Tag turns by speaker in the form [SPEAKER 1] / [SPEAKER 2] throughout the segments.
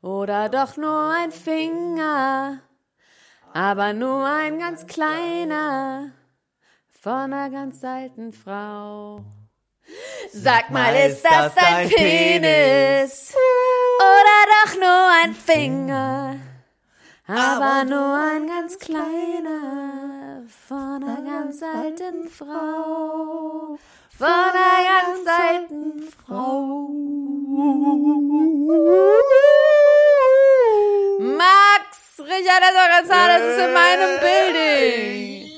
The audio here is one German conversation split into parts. [SPEAKER 1] oder doch nur ein Finger, aber nur ein ganz kleiner von einer ganz alten Frau. Sag mal, ist das dein Penis oder doch nur ein Finger, aber nur ein ganz kleiner von einer ganz alten Frau. Von einer ganz alten Frau. Max, Richard Essorgazan, das ist in meinem Building.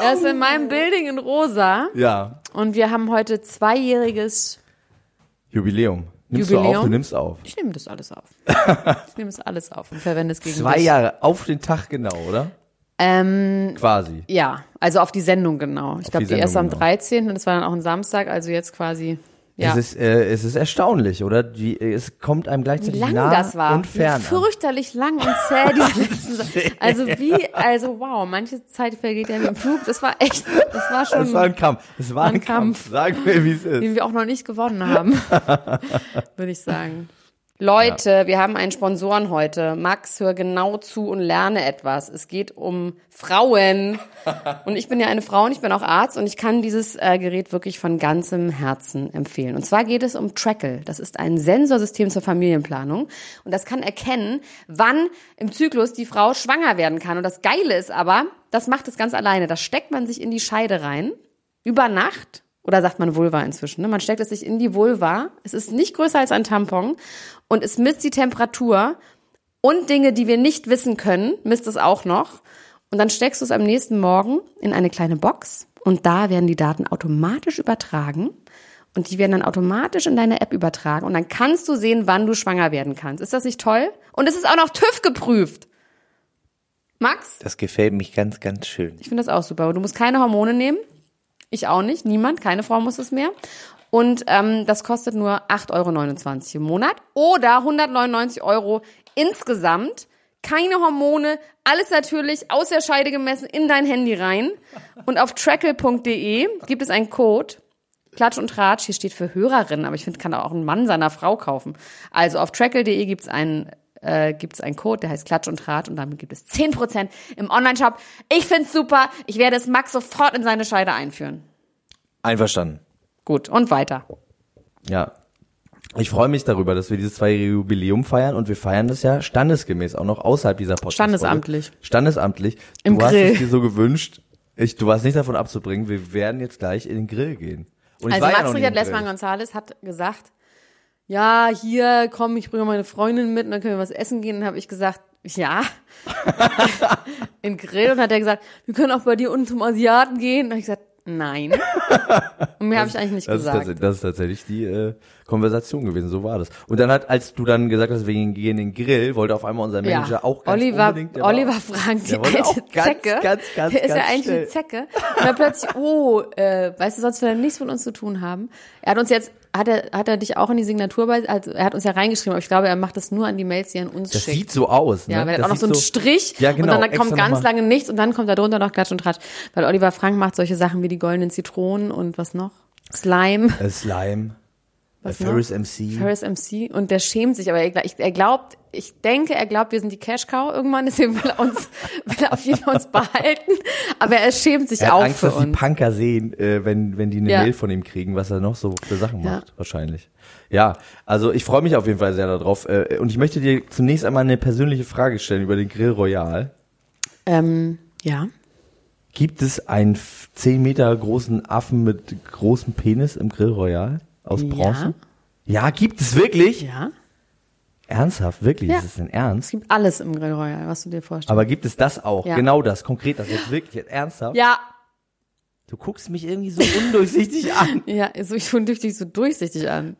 [SPEAKER 1] Das ist in meinem Building in Rosa.
[SPEAKER 2] Ja,
[SPEAKER 1] Und wir haben heute zweijähriges.
[SPEAKER 2] Jubiläum. Nimmst du auf,
[SPEAKER 1] Jubiläum?
[SPEAKER 2] du nimmst auf.
[SPEAKER 1] Ich nehme das alles auf. Ich nehme das alles auf und verwende es gegen
[SPEAKER 2] Zwei
[SPEAKER 1] dich.
[SPEAKER 2] Jahre auf den Tag genau, oder?
[SPEAKER 1] Ähm,
[SPEAKER 2] Quasi.
[SPEAKER 1] ja, also auf die Sendung genau. Ich glaube,
[SPEAKER 2] die
[SPEAKER 1] die erst am
[SPEAKER 2] Sendung, genau.
[SPEAKER 1] 13. und es war dann auch ein Samstag, also jetzt quasi. Ja.
[SPEAKER 2] Es, ist, äh, es ist erstaunlich, oder? Die, es kommt einem
[SPEAKER 1] wie
[SPEAKER 2] gleichzeitig
[SPEAKER 1] lang
[SPEAKER 2] nah
[SPEAKER 1] das war.
[SPEAKER 2] und fern.
[SPEAKER 1] Wie
[SPEAKER 2] an.
[SPEAKER 1] fürchterlich lang und zäh diese letzten Sa- Also wie, also wow, manche Zeit vergeht ja wie im Flug. Das war echt, das war schon,
[SPEAKER 2] Es war ein Kampf. Es war
[SPEAKER 1] Ein
[SPEAKER 2] ein, Kampf. Sag mir, wie es ist.
[SPEAKER 1] den wir auch noch nicht gewonnen haben, würde ich sagen. Leute, wir haben einen Sponsoren heute. Max, hör genau zu und lerne etwas. Es geht um Frauen. Und ich bin ja eine Frau und ich bin auch Arzt und ich kann dieses äh, Gerät wirklich von ganzem Herzen empfehlen. Und zwar geht es um Trackle. Das ist ein Sensorsystem zur Familienplanung und das kann erkennen, wann im Zyklus die Frau schwanger werden kann. Und das Geile ist aber, das macht es ganz alleine. Das steckt man sich in die Scheide rein, über Nacht. Oder sagt man Vulva inzwischen? Ne? Man steckt es sich in die Vulva. Es ist nicht größer als ein Tampon und es misst die Temperatur und Dinge, die wir nicht wissen können, misst es auch noch. Und dann steckst du es am nächsten Morgen in eine kleine Box und da werden die Daten automatisch übertragen und die werden dann automatisch in deine App übertragen und dann kannst du sehen, wann du schwanger werden kannst. Ist das nicht toll? Und es ist auch noch TÜV geprüft. Max,
[SPEAKER 3] Das gefällt mich ganz, ganz schön.
[SPEAKER 1] ich finde das auch super. Du musst keine Hormone nehmen. Ich auch nicht. Niemand. Keine Frau muss es mehr. Und ähm, das kostet nur 8,29 Euro im Monat oder 199 Euro insgesamt. Keine Hormone, alles natürlich aus der Scheide gemessen in dein Handy rein. Und auf trackle.de gibt es einen Code. Klatsch und Tratsch, hier steht für Hörerin, aber ich finde, kann auch ein Mann seiner Frau kaufen. Also auf trackle.de gibt's einen, äh, gibt's einen Code, der heißt Klatsch und Tratsch und damit gibt es 10% im Onlineshop. Ich find's super, ich werde es Max sofort in seine Scheide einführen.
[SPEAKER 2] Einverstanden.
[SPEAKER 1] Gut, und weiter.
[SPEAKER 2] Ja. Ich freue mich darüber, dass wir dieses zweijährige Jubiläum feiern und wir feiern das ja standesgemäß auch noch außerhalb dieser Podcast.
[SPEAKER 1] Standesamtlich.
[SPEAKER 2] Standesamtlich.
[SPEAKER 1] Im
[SPEAKER 2] du
[SPEAKER 1] Grill.
[SPEAKER 2] hast es dir so gewünscht. Ich, du warst nicht davon abzubringen. Wir werden jetzt gleich in den Grill gehen. Und ich
[SPEAKER 1] Also
[SPEAKER 2] war ja
[SPEAKER 1] Max
[SPEAKER 2] noch nie
[SPEAKER 1] Richard
[SPEAKER 2] im Grill.
[SPEAKER 1] Lessmann Gonzales hat gesagt, ja, hier, komm, ich bringe meine Freundin mit und dann können wir was essen gehen. Dann habe ich gesagt, ja, in den Grill. Und hat er gesagt, wir können auch bei dir unten zum Asiaten gehen. Und hab ich gesagt, nein. Und mir habe ich eigentlich nicht
[SPEAKER 2] Das ist,
[SPEAKER 1] gesagt.
[SPEAKER 2] tats- das ist tatsächlich die äh, Konversation gewesen, so war das. Und dann hat, als du dann gesagt hast, wir gehen in den Grill, wollte auf einmal unser Manager auch ganz
[SPEAKER 1] Oliver,
[SPEAKER 2] unbedingt, der war
[SPEAKER 1] Oliver
[SPEAKER 2] auch-
[SPEAKER 1] Frank, die
[SPEAKER 2] der wollte
[SPEAKER 1] alte
[SPEAKER 2] auch ganz,
[SPEAKER 1] Zecke.
[SPEAKER 2] ganz, ganz,
[SPEAKER 1] der ist ja
[SPEAKER 2] ganz
[SPEAKER 1] eigentlich eine
[SPEAKER 2] schnell.
[SPEAKER 1] Zecke. Und dann plötzlich, oh, äh, weißt du, sonst will er nichts mit uns zu tun haben. Er hat uns jetzt, hat er, hat er dich auch in die Signatur bei, also er hat uns ja reingeschrieben, aber ich glaube, er macht das nur an die Mails, die er an uns
[SPEAKER 2] Das
[SPEAKER 1] schickt.
[SPEAKER 2] sieht so aus. Ne?
[SPEAKER 1] Ja, weil er hat
[SPEAKER 2] das
[SPEAKER 1] auch noch
[SPEAKER 2] sieht
[SPEAKER 1] so einen Strich
[SPEAKER 2] Ja, genau,
[SPEAKER 1] und dann kommt
[SPEAKER 2] extra
[SPEAKER 1] ganz
[SPEAKER 2] nochmal.
[SPEAKER 1] lange nichts und dann kommt da drunter noch Klatsch und Tratsch. Weil Oliver Frank macht solche Sachen wie die goldenen Zitronen und was noch? Slime.
[SPEAKER 2] Äh, Slime. Bei Ferris MC.
[SPEAKER 1] Ferris MC und der schämt sich, aber er, gl- ich- er glaubt, ich denke, er glaubt, wir sind die Cash Cow irgendwann, deswegen will er uns, will er auf jeden Fall uns behalten, aber er schämt sich
[SPEAKER 2] Er hat
[SPEAKER 1] auch
[SPEAKER 2] Angst,
[SPEAKER 1] für
[SPEAKER 2] dass die
[SPEAKER 1] uns.
[SPEAKER 2] Punker sehen, äh, wenn, wenn die eine
[SPEAKER 1] Ja.
[SPEAKER 2] Mail von ihm kriegen, was er noch so für Sachen
[SPEAKER 1] Ja.
[SPEAKER 2] macht, wahrscheinlich. Ja, also ich freue mich auf jeden Fall sehr darauf. Äh, und ich möchte dir zunächst einmal eine persönliche Frage stellen über den Grill Royal.
[SPEAKER 1] Ähm, ja.
[SPEAKER 2] Gibt es einen f- 10 Meter großen Affen mit großem Penis im Grill Royal aus Bronze? Ja, gibt es wirklich?
[SPEAKER 1] Ja.
[SPEAKER 2] Ernsthaft, wirklich?
[SPEAKER 1] Ja.
[SPEAKER 2] Ist es denn ernst?
[SPEAKER 1] Es gibt alles im Grill Royal, was du dir vorstellst.
[SPEAKER 2] Aber gibt es das auch?
[SPEAKER 1] Ja.
[SPEAKER 2] Genau das, konkret, das jetzt wirklich, jetzt ernsthaft?
[SPEAKER 1] ja.
[SPEAKER 2] Du guckst mich irgendwie so undurchsichtig an.
[SPEAKER 1] Ja, so, ich fühle dich so durchsichtig an.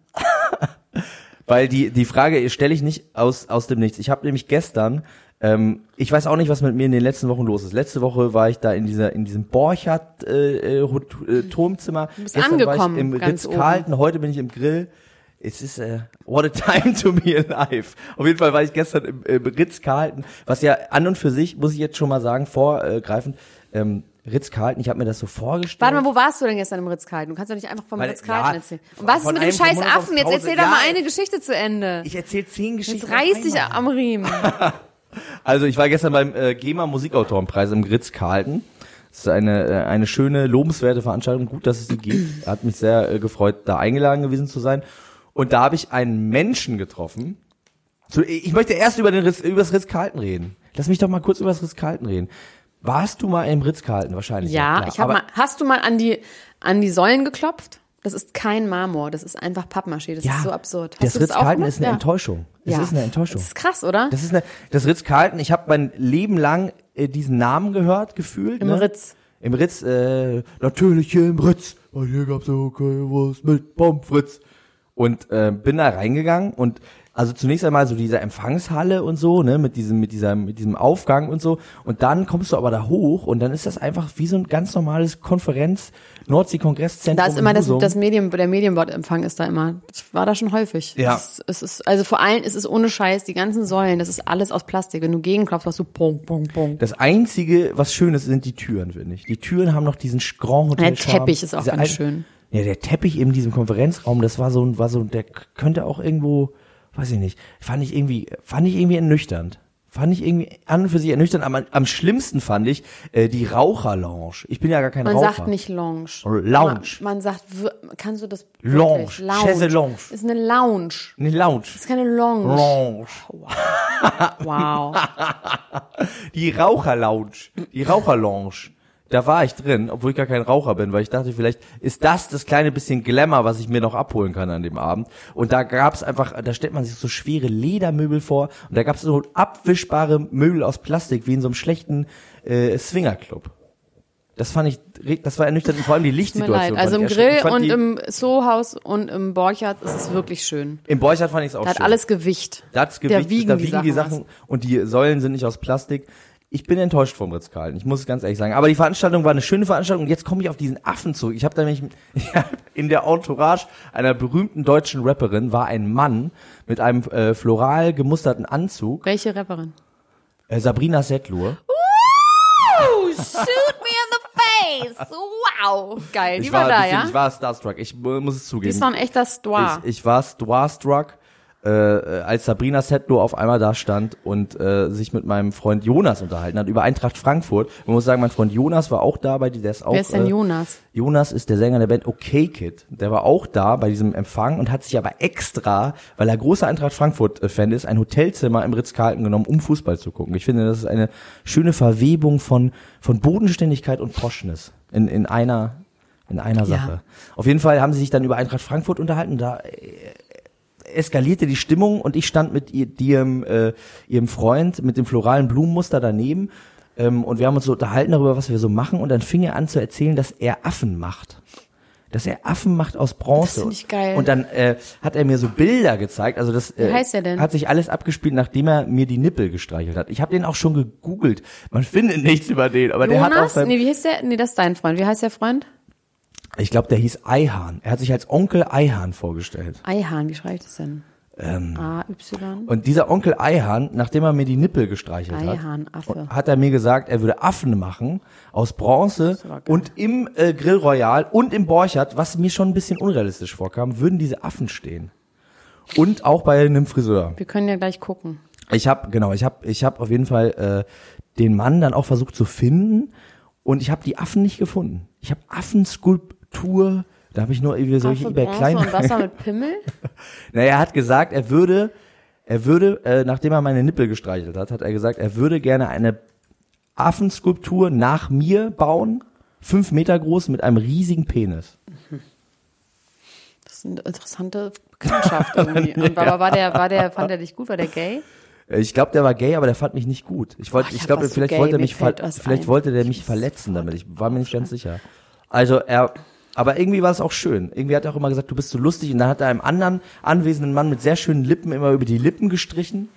[SPEAKER 2] Weil die, die Frage stelle ich nicht aus, aus dem Nichts. Ich habe nämlich gestern, ähm, ich weiß auch nicht, was mit mir in den letzten Wochen los ist. Letzte Woche war ich da in dieser in diesem Borchert äh, äh, Hot- äh, Turmzimmer. Du
[SPEAKER 1] bist
[SPEAKER 2] gestern
[SPEAKER 1] angekommen,
[SPEAKER 2] war ich im
[SPEAKER 1] ganz
[SPEAKER 2] Ritz-Carlton, heute bin ich im Grill. Es ist äh, what a time to be alive. Auf jeden Fall war ich gestern im, im Ritz-Carlton, was ja an und für sich, muss ich jetzt schon mal sagen, vorgreifend, ähm, Ritz-Carlton, ich habe mir das so vorgestellt.
[SPEAKER 1] Warte mal, wo warst du denn gestern im Ritz-Carlton? Du kannst doch nicht einfach vom
[SPEAKER 2] Weil-
[SPEAKER 1] Ritz-Carlton
[SPEAKER 2] ja,
[SPEAKER 1] erzählen.
[SPEAKER 2] von-
[SPEAKER 1] Und was ist
[SPEAKER 2] von
[SPEAKER 1] mit dem
[SPEAKER 2] einem
[SPEAKER 1] scheiß
[SPEAKER 2] von Monat auf
[SPEAKER 1] Affen? Jetzt
[SPEAKER 2] tausend.
[SPEAKER 1] erzähl doch mal
[SPEAKER 2] Ja.
[SPEAKER 1] eine Geschichte zu Ende.
[SPEAKER 2] ich erzähle zehn Geschichten.
[SPEAKER 1] Jetzt reiß
[SPEAKER 2] auf
[SPEAKER 1] dich
[SPEAKER 2] einmal.
[SPEAKER 1] am Riemen.
[SPEAKER 2] Also ich war gestern beim äh, GEMA Musikautorenpreis im Ritz-Carlton. Das ist eine, äh, eine schöne, lobenswerte Veranstaltung. Gut, dass es die gibt. Hat mich sehr äh, gefreut, da eingeladen gewesen zu sein. Und da habe ich einen Menschen getroffen. So, äh, ich ich möchte erst über, den Ritz, über das Ritz-Carlton reden. Lass mich doch mal kurz über das Ritz-Carlton reden. Warst du mal im Ritz-Carlton? Wahrscheinlich.
[SPEAKER 1] Ja,
[SPEAKER 2] klar.
[SPEAKER 1] ich habe
[SPEAKER 2] Aber
[SPEAKER 1] mal. Hast du mal an die an die Säulen geklopft? Das ist kein Marmor, das ist einfach Pappmaché. Das ist so absurd. Hast
[SPEAKER 2] Das
[SPEAKER 1] du das auch
[SPEAKER 2] Ritz-Carlton
[SPEAKER 1] gemacht?
[SPEAKER 2] ist eine
[SPEAKER 1] Ja.
[SPEAKER 2] Enttäuschung. Es
[SPEAKER 1] Ja.
[SPEAKER 2] ist eine Enttäuschung.
[SPEAKER 1] Das ist krass, oder?
[SPEAKER 2] Das ist eine, das Ritz-Carlton, ich habe mein Leben lang äh, diesen Namen gehört, gefühlt.
[SPEAKER 1] Im
[SPEAKER 2] ne?
[SPEAKER 1] Ritz.
[SPEAKER 2] Im Ritz, äh, natürlich hier im Ritz, weil hier gab's ja okay was mit Pommes Fritz. Und äh, bin da reingegangen und also zunächst einmal so diese Empfangshalle und so, ne, mit diesem, mit dieser, mit diesem Aufgang und so. Und dann kommst du aber da hoch und dann ist das einfach wie so ein ganz normales Konferenz, Nordsee-Kongresszentrum.
[SPEAKER 1] da ist immer
[SPEAKER 2] in
[SPEAKER 1] das,
[SPEAKER 2] Husum.
[SPEAKER 1] das Medium, der Medienbordempfang ist da immer. Das war da schon häufig.
[SPEAKER 2] Ja.
[SPEAKER 1] Es, ist- es ist, also vor allem ist es ohne Scheiß, die ganzen Säulen, das ist alles aus Plastik. Wenn du gegenklopfst, hast du Pong, Pong, Pong.
[SPEAKER 2] Das einzige, was schön ist, sind die Türen, finde ich. Die Türen haben noch diesen Grand Hotel.
[SPEAKER 1] Der Teppich ist auch ganz schön.
[SPEAKER 2] Ja, der Teppich eben in diesem Konferenzraum, das war so ein, war so, ein- der k- könnte auch irgendwo, weiß ich nicht, fand ich irgendwie, fand ich irgendwie ernüchternd. Fand ich irgendwie an und für sich ernüchternd. Am, am schlimmsten fand ich äh, die Raucherlounge. Ich bin ja gar kein
[SPEAKER 1] Man
[SPEAKER 2] Raucher.
[SPEAKER 1] sagt nicht Lounge.
[SPEAKER 2] Lounge.
[SPEAKER 1] Man, man sagt, wir- kannst du das
[SPEAKER 2] Lounge.
[SPEAKER 1] wirklich?
[SPEAKER 2] Chaise Lounge.
[SPEAKER 1] Ist eine Lounge.
[SPEAKER 2] Eine Lounge.
[SPEAKER 1] Ist keine Lounge.
[SPEAKER 2] Lounge.
[SPEAKER 1] Wow.
[SPEAKER 2] Die Raucherlounge. Die Raucherlounge. Da war ich drin, obwohl ich gar kein Raucher bin, weil ich dachte, vielleicht ist das das kleine bisschen Glamour, was ich mir noch abholen kann an dem Abend. Und da gab's einfach, da stellt man sich so schwere Ledermöbel vor und da gab's so abwischbare Möbel aus Plastik, wie in so einem schlechten äh, Swingerclub. Das fand ich, das war ernüchternd, und vor allem die
[SPEAKER 1] Tut mir
[SPEAKER 2] Lichtsituation.
[SPEAKER 1] leid.
[SPEAKER 2] fand
[SPEAKER 1] Also
[SPEAKER 2] ich
[SPEAKER 1] im
[SPEAKER 2] erschreckend. Ich
[SPEAKER 1] Grill
[SPEAKER 2] fand
[SPEAKER 1] und
[SPEAKER 2] die,
[SPEAKER 1] im Sohaus und im Borchardt ist es wirklich schön.
[SPEAKER 2] Im Borchardt fand ich's auch
[SPEAKER 1] Da hat
[SPEAKER 2] schön.
[SPEAKER 1] alles Gewicht.
[SPEAKER 2] Da hat's
[SPEAKER 1] da
[SPEAKER 2] Gewicht,
[SPEAKER 1] wiegen,
[SPEAKER 2] da
[SPEAKER 1] die,
[SPEAKER 2] wiegen
[SPEAKER 1] Sachen
[SPEAKER 2] die Sachen und die Säulen sind nicht aus Plastik. Ich bin enttäuscht vom Ritz-Carlton, ich muss es ganz ehrlich sagen. Aber die Veranstaltung war eine schöne Veranstaltung und jetzt komme ich auf diesen Affen zurück. Ich habe nämlich ich hab in der Entourage einer berühmten deutschen Rapperin war ein Mann mit einem äh, floral gemusterten Anzug,
[SPEAKER 1] Welche Rapperin?
[SPEAKER 2] äh, Sabrina Settlur.
[SPEAKER 1] Shoot me in the face. Wow. Geil. Die
[SPEAKER 2] ich
[SPEAKER 1] war, da,
[SPEAKER 2] bisschen-
[SPEAKER 1] ja?
[SPEAKER 2] Ich war starstruck, ich äh, muss es zugeben.
[SPEAKER 1] die war ein echter Stoir.
[SPEAKER 2] Ich, ich war starstruck, äh, äh, als Sabrina Settlow auf einmal da stand und äh, sich mit meinem Freund Jonas unterhalten hat über Eintracht Frankfurt. Man muss sagen, mein Freund Jonas war auch dabei, die- der ist auch.
[SPEAKER 1] Wer ist denn
[SPEAKER 2] äh,
[SPEAKER 1] Jonas?
[SPEAKER 2] Jonas ist der Sänger der Band Okay Kid. Der war auch da bei diesem Empfang und hat sich aber extra, weil er großer Eintracht Frankfurt-Fan ist, ein Hotelzimmer im Ritz-Carlton genommen, um Fußball zu gucken. Ich finde, das ist eine schöne Verwebung von, von Bodenständigkeit und Poschness in, in einer, in einer Sache. Auf jeden Fall haben sie sich dann über Eintracht Frankfurt unterhalten. Da eskalierte die Stimmung und ich stand mit ihr, ihrem, äh, ihrem Freund mit dem floralen Blumenmuster daneben ähm, und wir haben uns so unterhalten darüber, was wir so machen und dann fing er an zu erzählen, dass er Affen macht. Dass er Affen macht aus Bronze.
[SPEAKER 1] Das find ich geil.
[SPEAKER 2] Und dann äh, hat er mir so Bilder gezeigt. Also das äh,
[SPEAKER 1] Wie heißt der denn?
[SPEAKER 2] hat sich alles abgespielt, nachdem er mir die Nippel gestreichelt hat. Ich habe den auch schon gegoogelt. Man findet nichts über den, aber der hat auch
[SPEAKER 1] Jonas?
[SPEAKER 2] sein,
[SPEAKER 1] Nee, wie hieß der? Nee, das ist dein Freund. Wie heißt der Freund?
[SPEAKER 2] Ich glaube, der hieß Eihahn. Er hat sich als Onkel Eihahn vorgestellt.
[SPEAKER 1] Eihahn, wie schreibe ich das denn? A, Y.
[SPEAKER 2] Ähm. Und dieser Onkel Eihahn, nachdem er mir die Nippel gestreichelt
[SPEAKER 1] Eihahn,
[SPEAKER 2] hat,
[SPEAKER 1] Affe.
[SPEAKER 2] hat er mir gesagt, er würde Affen machen aus Bronze und im äh, Grill Royal und im Borchardt, was mir schon ein bisschen unrealistisch vorkam, würden diese Affen stehen. Und auch bei einem Friseur.
[SPEAKER 1] Wir können ja gleich gucken.
[SPEAKER 2] Ich habe genau, ich habe ich habe auf jeden Fall äh, den Mann dann auch versucht zu finden und ich habe die Affen nicht gefunden. Ich habe Affenskulptur, da habe ich nur irgendwie solche
[SPEAKER 1] Affe,
[SPEAKER 2] eBay
[SPEAKER 1] Bronze
[SPEAKER 2] klein.
[SPEAKER 1] und Wasser mit Pimmel?
[SPEAKER 2] Naja, er hat gesagt, er würde, er würde, äh, nachdem er meine Nippel gestreichelt hat, hat er gesagt, er würde gerne eine Affenskulptur nach mir bauen, fünf Meter groß mit einem riesigen Penis.
[SPEAKER 1] Das ist eine interessante Bekanntschaft irgendwie. Und, aber war der, war der, fand er dich gut? War der gay?
[SPEAKER 2] Äh, Ich glaube, der war gay, aber der fand mich nicht gut. Ich wollte,
[SPEAKER 1] Boah, ich
[SPEAKER 2] ich,
[SPEAKER 1] hab
[SPEAKER 2] glaube,
[SPEAKER 1] was zu
[SPEAKER 2] vielleicht
[SPEAKER 1] gay,
[SPEAKER 2] wollte er
[SPEAKER 1] mir
[SPEAKER 2] mich, ver
[SPEAKER 1] fällt was
[SPEAKER 2] vielleicht
[SPEAKER 1] ein.
[SPEAKER 2] wollte der mich verletzen damit. Ich war mir nicht ganz sicher. Also er, aber irgendwie war es auch schön. Irgendwie hat er auch immer gesagt, du bist so lustig. Und dann hat er einem anderen anwesenden Mann mit sehr schönen Lippen immer über die Lippen gestrichen.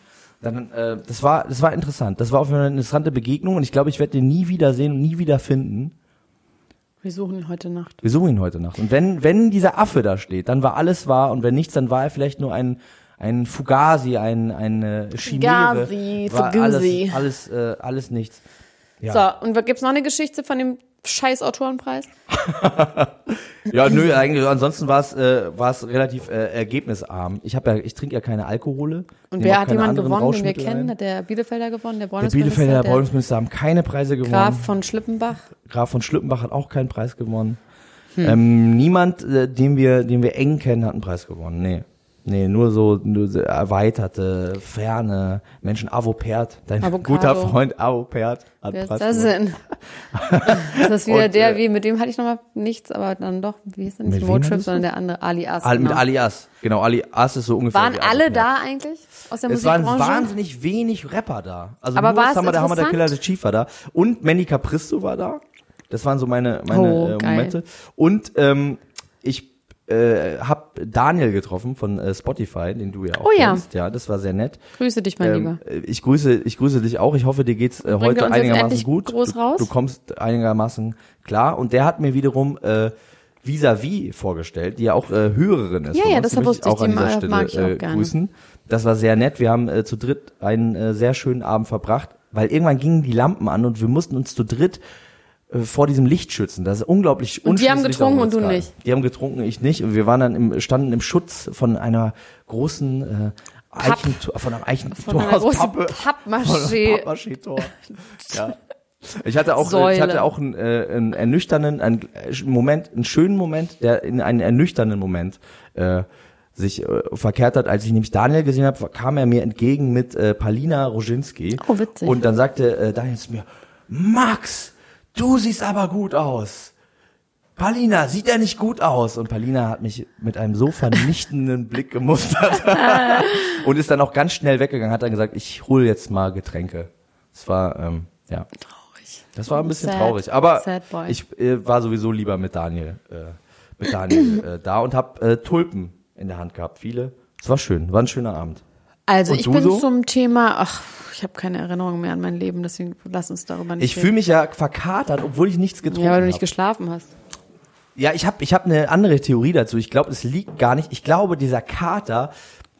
[SPEAKER 2] Dann, äh, das war, das war interessant. Das war auf jeden Fall eine interessante Begegnung. Und ich glaube, ich werde den nie wiedersehen und nie wieder finden.
[SPEAKER 1] Wir suchen ihn heute Nacht.
[SPEAKER 2] Wir suchen ihn heute Nacht. Und wenn, wenn dieser Affe da steht, dann war alles wahr. Und wenn nichts, dann war er vielleicht nur ein, ein Fugazi, ein, eine Chimäre.
[SPEAKER 1] Fugazi,
[SPEAKER 2] War
[SPEAKER 1] Fugazi.
[SPEAKER 2] Alles, alles, äh, alles nichts.
[SPEAKER 1] So, und gibt's noch eine Geschichte von dem scheiß Autorenpreis?
[SPEAKER 2] Ja, nö, eigentlich, ansonsten war es, äh, war es relativ äh, ergebnisarm. Ich habe ja, ich trinke ja keine Alkohole.
[SPEAKER 1] Und
[SPEAKER 2] nehme auch
[SPEAKER 1] wer hat
[SPEAKER 2] keine
[SPEAKER 1] jemanden
[SPEAKER 2] anderen
[SPEAKER 1] gewonnen, den wir
[SPEAKER 2] Rauschmittel
[SPEAKER 1] kennen?
[SPEAKER 2] ein.
[SPEAKER 1] Hat der Bielefelder gewonnen, der
[SPEAKER 2] Der
[SPEAKER 1] Bundesminister,
[SPEAKER 2] Bielefelder
[SPEAKER 1] der
[SPEAKER 2] Bildungsminister haben keine Preise gewonnen.
[SPEAKER 1] Graf von Schlippenbach?
[SPEAKER 2] Graf von Schlippenbach hat auch keinen Preis gewonnen.
[SPEAKER 1] Hm.
[SPEAKER 2] Ähm, niemand, äh, den wir, den wir eng kennen, hat einen Preis gewonnen. Nee. Nee, nur so, nur so erweiterte, ferne Menschen. Avopert, dein
[SPEAKER 1] Avocado.
[SPEAKER 2] guter Freund Avopert hat
[SPEAKER 1] Wer
[SPEAKER 2] einen
[SPEAKER 1] ist
[SPEAKER 2] Preis
[SPEAKER 1] das
[SPEAKER 2] gewonnen.
[SPEAKER 1] denn? das ist wieder
[SPEAKER 2] Und,
[SPEAKER 1] der,
[SPEAKER 2] äh,
[SPEAKER 1] wie, mit dem hatte ich nochmal nichts, aber dann doch, wie ist denn nicht
[SPEAKER 2] Mit wem
[SPEAKER 1] Motrip,
[SPEAKER 2] hattest du?
[SPEAKER 1] sondern der andere, Ali As.
[SPEAKER 2] Al, Halt mit
[SPEAKER 1] genau.
[SPEAKER 2] Alias. Genau, Alias ist so ungefähr.
[SPEAKER 1] Waren
[SPEAKER 2] wie
[SPEAKER 1] alle
[SPEAKER 2] Avopert.
[SPEAKER 1] da eigentlich? Aus der
[SPEAKER 2] Es waren
[SPEAKER 1] Musikbranche?
[SPEAKER 2] wahnsinnig wenig Rapper da. Also
[SPEAKER 1] Aber
[SPEAKER 2] nur
[SPEAKER 1] war es
[SPEAKER 2] Summer, der Hammer, der
[SPEAKER 1] interessant?
[SPEAKER 2] Killer, der Chief war da. Und Manny Capristo war da. Das waren so meine, meine
[SPEAKER 1] Oh,
[SPEAKER 2] äh,
[SPEAKER 1] geil.
[SPEAKER 2] Momente. Und ähm, ich äh, habe Daniel getroffen von äh, Spotify, den du ja auch
[SPEAKER 1] Oh ja.
[SPEAKER 2] kennst. Ja, das war sehr nett.
[SPEAKER 1] Grüße dich, mein Lieber.
[SPEAKER 2] Ähm, äh, ich grüße, ich grüße dich auch. Ich hoffe, dir geht's äh,
[SPEAKER 1] wir uns
[SPEAKER 2] heute
[SPEAKER 1] jetzt
[SPEAKER 2] einigermaßen
[SPEAKER 1] endlich
[SPEAKER 2] gut.
[SPEAKER 1] groß
[SPEAKER 2] du,
[SPEAKER 1] raus?
[SPEAKER 2] du kommst einigermaßen klar. Und der hat mir wiederum äh, Vis-a-vis vorgestellt, die ja auch äh, Hörerin ist.
[SPEAKER 1] Ja,
[SPEAKER 2] von
[SPEAKER 1] ja,
[SPEAKER 2] uns.
[SPEAKER 1] das
[SPEAKER 2] Die möchte
[SPEAKER 1] wusste ich.
[SPEAKER 2] Auch an
[SPEAKER 1] Die
[SPEAKER 2] dieser
[SPEAKER 1] mag-
[SPEAKER 2] Stelle
[SPEAKER 1] mag ich auch
[SPEAKER 2] äh,
[SPEAKER 1] gerne.
[SPEAKER 2] grüßen. Das war sehr nett. Wir haben äh, zu dritt einen äh, sehr schönen Abend verbracht, weil irgendwann gingen die Lampen an und wir mussten uns zu dritt äh, vor diesem Licht schützen. Das ist unglaublich
[SPEAKER 1] Und die haben
[SPEAKER 2] unschlüssig, aber
[SPEAKER 1] getrunken und du
[SPEAKER 2] geil.
[SPEAKER 1] nicht?
[SPEAKER 2] Die haben getrunken, ich nicht. Und wir waren dann im, standen im Schutz von einer großen äh, Eichen, von einem
[SPEAKER 1] Von
[SPEAKER 2] Eichentor
[SPEAKER 1] einer
[SPEAKER 2] aus
[SPEAKER 1] großen
[SPEAKER 2] Pappe. Von einem
[SPEAKER 1] Pappmaché.
[SPEAKER 2] Pappmaché-Tor. ja. Ich hatte auch,
[SPEAKER 1] Säule.
[SPEAKER 2] ich hatte auch einen, äh, einen ernüchternden einen äh, Moment, einen schönen Moment, der in einen ernüchternden Moment äh, sich äh, verkehrt hat. Als ich nämlich Daniel gesehen habe, kam er mir entgegen mit äh, Palina Roginski.
[SPEAKER 1] Oh, witzig.
[SPEAKER 2] Und dann sagte äh, Daniel zu mir, Max, du siehst aber gut aus. Palina, sieht er nicht gut aus? Und Palina hat mich mit einem so vernichtenden Blick gemustert und ist dann auch ganz schnell weggegangen, hat dann gesagt, ich hole jetzt mal Getränke. Es war, ähm, ja. Traurig. Das war ein bisschen
[SPEAKER 1] Sad.
[SPEAKER 2] traurig, aber
[SPEAKER 1] Sad boy.
[SPEAKER 2] ich äh, war sowieso lieber mit Daniel, äh, mit Daniel äh, da und hab äh, Tulpen in der Hand gehabt, viele. Es war schön, war ein schöner Abend.
[SPEAKER 1] Also
[SPEAKER 2] Und
[SPEAKER 1] ich
[SPEAKER 2] du
[SPEAKER 1] bin
[SPEAKER 2] so?
[SPEAKER 1] zum Thema, ach, ich habe keine Erinnerung mehr an mein Leben, deswegen lass uns darüber nicht
[SPEAKER 2] Ich fühle mich ja verkatert, obwohl ich nichts getrunken
[SPEAKER 1] Ja, weil du nicht
[SPEAKER 2] habe.
[SPEAKER 1] geschlafen hast.
[SPEAKER 2] Ja, ich habe ich hab eine andere Theorie dazu. Ich glaube, es liegt gar nicht. Ich glaube, dieser Kater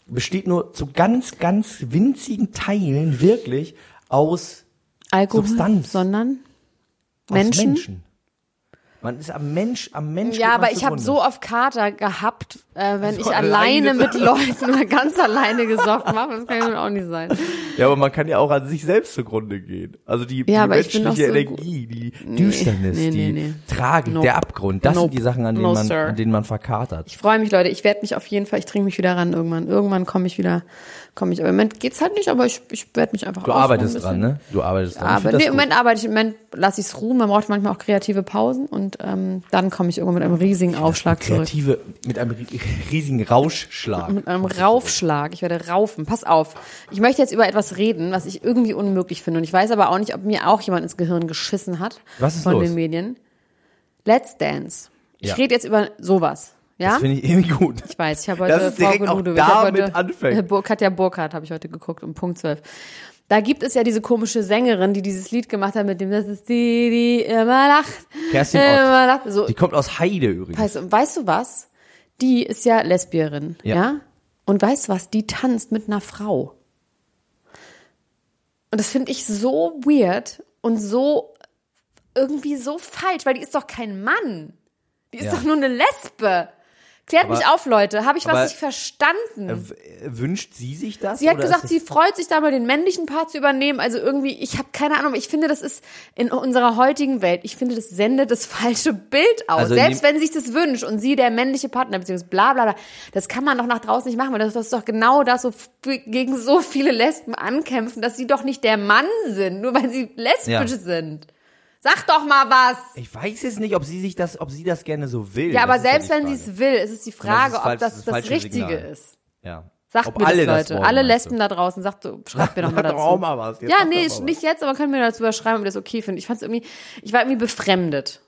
[SPEAKER 2] besteht nur zu ganz, ganz winzigen Teilen wirklich aus
[SPEAKER 1] Alkohol,
[SPEAKER 2] Substanz.
[SPEAKER 1] sondern
[SPEAKER 2] Aus
[SPEAKER 1] Menschen.
[SPEAKER 2] Menschen. Man ist am Mensch, am Mensch. geht
[SPEAKER 1] Ja,
[SPEAKER 2] man
[SPEAKER 1] aber ich habe
[SPEAKER 2] zugrunde.
[SPEAKER 1] so oft Kater gehabt, äh, wenn ich
[SPEAKER 2] alleine.
[SPEAKER 1] alleine mit Leuten oder ganz alleine gesoffen habe. Das kann ja nun auch nicht sein.
[SPEAKER 2] Ja, aber man kann ja auch an sich selbst zugrunde gehen. Also die,
[SPEAKER 1] Ja,
[SPEAKER 2] die
[SPEAKER 1] aber ich bin
[SPEAKER 2] menschliche
[SPEAKER 1] doch so
[SPEAKER 2] Energie, die Düsternis,
[SPEAKER 1] nee, nee,
[SPEAKER 2] die
[SPEAKER 1] nee.
[SPEAKER 2] Tragik,
[SPEAKER 1] Nope.
[SPEAKER 2] der Abgrund. Das
[SPEAKER 1] Nope.
[SPEAKER 2] sind die Sachen, an denen,
[SPEAKER 1] No,
[SPEAKER 2] man,
[SPEAKER 1] sir.
[SPEAKER 2] an denen man verkatert.
[SPEAKER 1] Ich freue mich, Leute. Ich werde mich auf jeden Fall, ich trinke mich wieder ran irgendwann. Irgendwann komme ich wieder, komme ich. Aber Im Moment geht's halt nicht, aber ich, ich werde mich einfach
[SPEAKER 2] Du
[SPEAKER 1] ausruhen
[SPEAKER 2] arbeitest
[SPEAKER 1] ein
[SPEAKER 2] dran,
[SPEAKER 1] bisschen.
[SPEAKER 2] ne? Du arbeitest dran. Ich
[SPEAKER 1] Aber
[SPEAKER 2] find das
[SPEAKER 1] Ah, nee, im
[SPEAKER 2] gut.
[SPEAKER 1] Moment arbeite ich, im Moment lasse ich es ruhen. Man braucht manchmal auch kreative Pausen und ähm, dann komme ich irgendwann mit einem riesigen Aufschlag zurück.
[SPEAKER 2] Kreative, mit einem ri- riesigen Rauschschlag.
[SPEAKER 1] Mit einem Raufschlag. Ich werde raufen. Pass auf. Ich möchte jetzt über etwas reden, was ich irgendwie unmöglich finde. Und ich weiß aber auch nicht, ob mir auch jemand ins Gehirn geschissen hat.
[SPEAKER 2] Was ist
[SPEAKER 1] Von
[SPEAKER 2] los?
[SPEAKER 1] den Medien. Let's Dance. Ich
[SPEAKER 2] Ja.
[SPEAKER 1] rede jetzt über sowas. Ja?
[SPEAKER 2] Das finde ich irgendwie gut.
[SPEAKER 1] Ich weiß, ich habe
[SPEAKER 2] Das
[SPEAKER 1] heute
[SPEAKER 2] ist direkt
[SPEAKER 1] Frau
[SPEAKER 2] auch
[SPEAKER 1] Genude-
[SPEAKER 2] da
[SPEAKER 1] ich habe
[SPEAKER 2] mit
[SPEAKER 1] heute,
[SPEAKER 2] anfängt.
[SPEAKER 1] Äh, Bur- Katja Burkhardt habe ich heute geguckt, um Punkt 12. Da gibt es ja diese komische Sängerin, die dieses Lied gemacht hat mit dem, das ist die, die immer lacht.
[SPEAKER 2] Kerstin Ott.
[SPEAKER 1] immer lacht. So,
[SPEAKER 2] Die kommt aus Heide übrigens.
[SPEAKER 1] weißt, du- weißt du was? Die ist ja Lesbierin, ja?
[SPEAKER 2] Ja.
[SPEAKER 1] Und weißt du was? Die tanzt mit einer Frau. Und das finde ich so weird und so irgendwie so falsch, weil die ist doch kein Mann. Die ist
[SPEAKER 2] Ja.
[SPEAKER 1] doch nur eine Lesbe. Klärt mich auf, Leute. Habe ich
[SPEAKER 2] aber-
[SPEAKER 1] was nicht verstanden?
[SPEAKER 2] W- äh, Wünscht sie sich das?
[SPEAKER 1] Sie hat
[SPEAKER 2] oder
[SPEAKER 1] gesagt,
[SPEAKER 2] ist
[SPEAKER 1] sie
[SPEAKER 2] das-
[SPEAKER 1] freut sich da mal den männlichen Part zu übernehmen. Also irgendwie, ich habe keine Ahnung. Ich finde, das ist in unserer heutigen Welt, ich finde, das sendet das falsche Bild aus.
[SPEAKER 2] Also in
[SPEAKER 1] Selbst
[SPEAKER 2] dem-
[SPEAKER 1] wenn sie sich das wünscht und sie der männliche Partner, beziehungsweise bla bla bla, das kann man doch nach draußen nicht machen, weil das, das ist doch genau das, so f- gegen so viele Lesben ankämpfen, dass sie doch nicht der Mann sind, nur weil sie lesbisch
[SPEAKER 2] Ja.
[SPEAKER 1] sind. Sag doch mal was.
[SPEAKER 2] Ich weiß jetzt nicht, ob sie sich das, ob sie das gerne so will.
[SPEAKER 1] Ja,
[SPEAKER 2] Das
[SPEAKER 1] aber
[SPEAKER 2] ist die
[SPEAKER 1] selbst wenn sie
[SPEAKER 2] Frage.
[SPEAKER 1] es will, ist es die
[SPEAKER 2] Genau, das
[SPEAKER 1] Frage,
[SPEAKER 2] ist
[SPEAKER 1] ob
[SPEAKER 2] falsch-
[SPEAKER 1] das
[SPEAKER 2] das
[SPEAKER 1] das,
[SPEAKER 2] falsche
[SPEAKER 1] Richtige
[SPEAKER 2] Signal.
[SPEAKER 1] ist.
[SPEAKER 2] Ja.
[SPEAKER 1] Sagt
[SPEAKER 2] Ob
[SPEAKER 1] mir
[SPEAKER 2] alle
[SPEAKER 1] das, Leute.
[SPEAKER 2] wollen,
[SPEAKER 1] alle
[SPEAKER 2] meinst du?
[SPEAKER 1] Lesben da draußen, sagt, so, schreibt mir doch mal
[SPEAKER 2] Sag
[SPEAKER 1] dazu.
[SPEAKER 2] doch auch mal was. Jetzt
[SPEAKER 1] ja,
[SPEAKER 2] sag
[SPEAKER 1] nee,
[SPEAKER 2] doch mal
[SPEAKER 1] nicht jetzt, aber können wir darüber schreiben, ob ihr das okay findet. Ich fand's irgendwie, ich war irgendwie befremdet.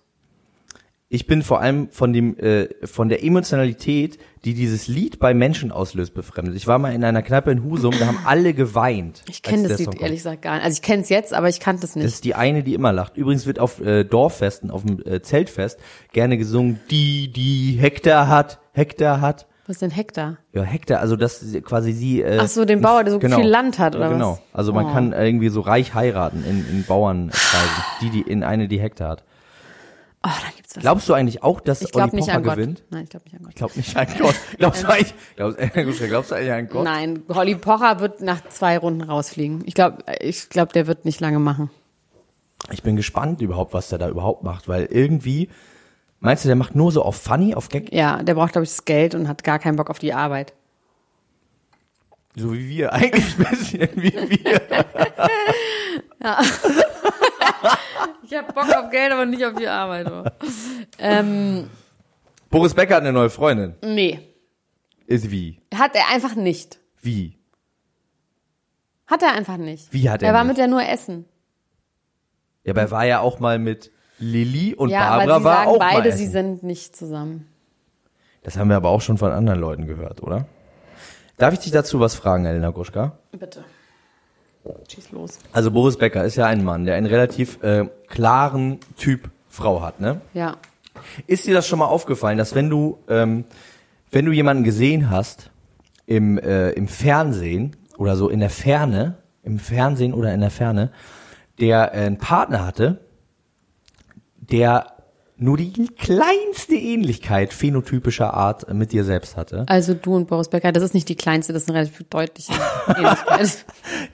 [SPEAKER 2] Ich bin vor allem von dem, äh, von der Emotionalität, die dieses Lied bei Menschen auslöst, befremdet. Ich war mal in einer Kneipe in Husum, da haben alle geweint.
[SPEAKER 1] Ich
[SPEAKER 2] als
[SPEAKER 1] kenne
[SPEAKER 2] der
[SPEAKER 1] das
[SPEAKER 2] Song
[SPEAKER 1] Lied
[SPEAKER 2] kommt.
[SPEAKER 1] ehrlich gesagt gar nicht. Also ich kenne es jetzt, aber ich kannte es
[SPEAKER 2] Das
[SPEAKER 1] nicht.
[SPEAKER 2] ist die eine, die immer lacht. Übrigens wird auf äh, Dorffesten, auf dem äh, Zeltfest gerne gesungen, die, die Hektar hat, Hektar hat.
[SPEAKER 1] Was ist denn Hektar?
[SPEAKER 2] Ja, Hektar, also das ist quasi sie. Äh,
[SPEAKER 1] Ach so, den Bauer, der so viel Land hat, oder
[SPEAKER 2] ja, genau.
[SPEAKER 1] was?
[SPEAKER 2] Also man
[SPEAKER 1] Oh.
[SPEAKER 2] kann irgendwie so reich heiraten in, in Bauernkreisen, die, die in eine, die Hektar hat.
[SPEAKER 1] Oh, da gibt's was.
[SPEAKER 2] Glaubst du eigentlich auch, dass
[SPEAKER 1] ich
[SPEAKER 2] Olli
[SPEAKER 1] glaube nicht
[SPEAKER 2] Pocher
[SPEAKER 1] an Gott.
[SPEAKER 2] gewinnt?
[SPEAKER 1] Nein, ich glaube nicht an Gott.
[SPEAKER 2] Ich glaube nicht an Gott. Glaubst du eigentlich, glaubst, äh, glaubst du eigentlich an Gott?
[SPEAKER 1] Nein, Holly Pocher wird nach zwei Runden rausfliegen. Ich glaube, ich glaube, der wird nicht lange machen.
[SPEAKER 2] Ich bin gespannt überhaupt, was der da überhaupt macht, weil irgendwie, meinst du, der macht nur so auf Funny, auf Gag,
[SPEAKER 1] Ja, der braucht, glaube ich, das Geld und hat gar keinen Bock auf die Arbeit.
[SPEAKER 2] so wie wir, eigentlich ein bisschen wie wir.
[SPEAKER 1] Ich habe Bock auf Geld, aber nicht auf die Arbeit. ähm,
[SPEAKER 2] Boris Becker hat eine neue Freundin.
[SPEAKER 1] nee.
[SPEAKER 2] Ist wie?
[SPEAKER 1] Hat er einfach nicht.
[SPEAKER 2] Wie?
[SPEAKER 1] Hat er einfach nicht.
[SPEAKER 2] Wie hat er
[SPEAKER 1] Er war
[SPEAKER 2] nicht?
[SPEAKER 1] mit der nur essen.
[SPEAKER 2] Ja, aber er war ja auch mal mit Lilly und
[SPEAKER 1] Ja,
[SPEAKER 2] Barbara
[SPEAKER 1] aber sie
[SPEAKER 2] war
[SPEAKER 1] sagen
[SPEAKER 2] auch mal
[SPEAKER 1] beide,
[SPEAKER 2] essen.
[SPEAKER 1] sie sind nicht zusammen.
[SPEAKER 2] Das haben wir aber auch schon von anderen Leuten gehört, oder? Darf ich dich dazu was fragen, Elena Gruschka?
[SPEAKER 1] Bitte. Schieß los.
[SPEAKER 2] Also Boris Becker ist ja ein Mann, der einen relativ äh, klaren Typ Frau hat, ne?
[SPEAKER 1] Ja.
[SPEAKER 2] Ist dir das schon mal aufgefallen, dass wenn du, ähm, wenn du jemanden gesehen hast im, äh, im Fernsehen oder so in der Ferne, im Fernsehen oder in der Ferne, der äh, einen Partner hatte, der nur die kleinste Ähnlichkeit phänotypischer Art mit dir selbst hatte.
[SPEAKER 1] Also du und Boris Becker, das ist nicht die kleinste, das ist eine relativ deutliche Ähnlichkeit.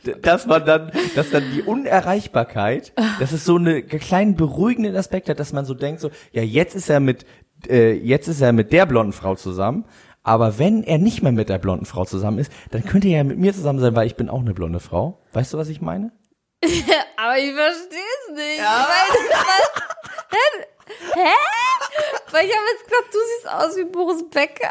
[SPEAKER 2] D- dass man dann, dass dann die Unerreichbarkeit, dass es so eine kleinen beruhigenden Aspekt hat, dass man so denkt, so, ja, jetzt ist er mit, äh, jetzt ist er mit der blonden Frau zusammen, aber wenn er nicht mehr mit der blonden Frau zusammen ist, dann könnte er ja mit mir zusammen sein, weil ich bin auch eine blonde Frau. Weißt du, was ich meine?
[SPEAKER 1] aber ich verstehe es nicht. Ja. Ich weiß nicht, was. Hä? Weil ich habe jetzt gedacht, du siehst aus wie Boris Becker.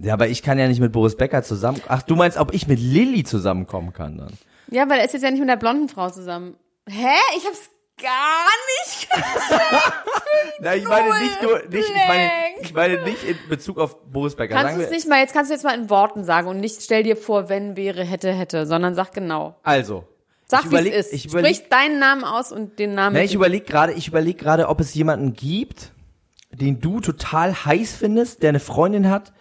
[SPEAKER 2] Ja, aber ich kann ja nicht mit Boris Becker zusammen. Ach, du meinst, ob ich mit Lilly zusammenkommen kann dann?
[SPEAKER 1] Ja, weil er ist jetzt ja nicht mit der blonden Frau zusammen. Hä? Ich hab's gar nicht
[SPEAKER 2] Nein, ich
[SPEAKER 1] meine nicht nur- nicht- ich meine-
[SPEAKER 2] ich meine nicht in Bezug auf Boris Becker.
[SPEAKER 1] Kannst du es nicht mal, jetzt kannst du jetzt mal in Worten sagen und nicht stell dir vor, wenn, wäre, hätte, hätte, sondern sag genau.
[SPEAKER 2] Also.
[SPEAKER 1] Sag, wie es ist. Sprich deinen Namen aus und den Namen.
[SPEAKER 2] Na, ich überlege gerade, ich überlege gerade, ob es jemanden gibt, den du total heiß findest, der eine Freundin hat,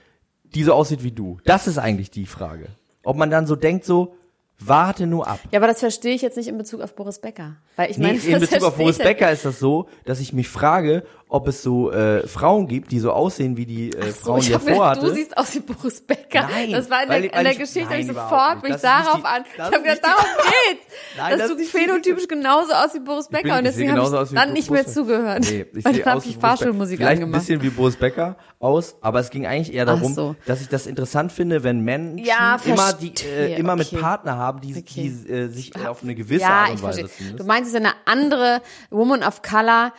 [SPEAKER 2] die so aussieht wie du. Das ist eigentlich die Frage. Ob man dann so denkt, so warte nur ab.
[SPEAKER 1] ja, aber das verstehe ich jetzt nicht in Bezug auf Boris Becker. Weil ich meine,
[SPEAKER 2] nee, in
[SPEAKER 1] das
[SPEAKER 2] Bezug auf
[SPEAKER 1] verstehe
[SPEAKER 2] Boris
[SPEAKER 1] ich jetzt-
[SPEAKER 2] Becker ist das so, dass ich mich frage, ob es so äh, Frauen gibt, die so aussehen wie die äh,
[SPEAKER 1] So,
[SPEAKER 2] Frauen,
[SPEAKER 1] ich
[SPEAKER 2] die er
[SPEAKER 1] hab gedacht,
[SPEAKER 2] vorhatte.
[SPEAKER 1] du siehst aus wie Boris Becker.
[SPEAKER 2] Nein,
[SPEAKER 1] das war in der,
[SPEAKER 2] weil- weil
[SPEAKER 1] in der
[SPEAKER 2] ich-
[SPEAKER 1] Geschichte,
[SPEAKER 2] nein,
[SPEAKER 1] hab ich
[SPEAKER 2] überhaupt
[SPEAKER 1] sofort
[SPEAKER 2] nicht.
[SPEAKER 1] mich
[SPEAKER 2] Das ist nicht
[SPEAKER 1] darauf
[SPEAKER 2] die-
[SPEAKER 1] an. Ich
[SPEAKER 2] das
[SPEAKER 1] habe
[SPEAKER 2] ist nicht
[SPEAKER 1] gedacht, darum geht's.
[SPEAKER 2] Nein, das
[SPEAKER 1] dass du
[SPEAKER 2] ist nicht die-
[SPEAKER 1] phänotypisch genauso aus wie Boris
[SPEAKER 2] Ich bin-
[SPEAKER 1] Becker und
[SPEAKER 2] ich sehe
[SPEAKER 1] deswegen
[SPEAKER 2] genauso
[SPEAKER 1] habe ich
[SPEAKER 2] aus wie
[SPEAKER 1] dann
[SPEAKER 2] Bo-
[SPEAKER 1] nicht
[SPEAKER 2] Boris
[SPEAKER 1] mehr
[SPEAKER 2] Becker.
[SPEAKER 1] zugehört.
[SPEAKER 2] Nee, ich
[SPEAKER 1] weil
[SPEAKER 2] sehe
[SPEAKER 1] dann habe
[SPEAKER 2] aus wie
[SPEAKER 1] ich
[SPEAKER 2] Boris Becker.
[SPEAKER 1] Fahrschulmusik
[SPEAKER 2] Vielleicht
[SPEAKER 1] angemacht.
[SPEAKER 2] ein bisschen wie Boris Becker aus, aber es ging eigentlich eher darum,
[SPEAKER 1] so.
[SPEAKER 2] dass ich das interessant finde, wenn Menschen
[SPEAKER 1] Ja,
[SPEAKER 2] immer, die,
[SPEAKER 1] verstehe,
[SPEAKER 2] äh, immer mit
[SPEAKER 1] okay.
[SPEAKER 2] Partner haben, die,
[SPEAKER 1] Okay. Ah,
[SPEAKER 2] die äh, sich auf eine gewisse
[SPEAKER 1] ja,
[SPEAKER 2] Art
[SPEAKER 1] ich
[SPEAKER 2] und Weise
[SPEAKER 1] verstehe. Du
[SPEAKER 2] zumindest-
[SPEAKER 1] meinst, es ist eine andere Woman of Color,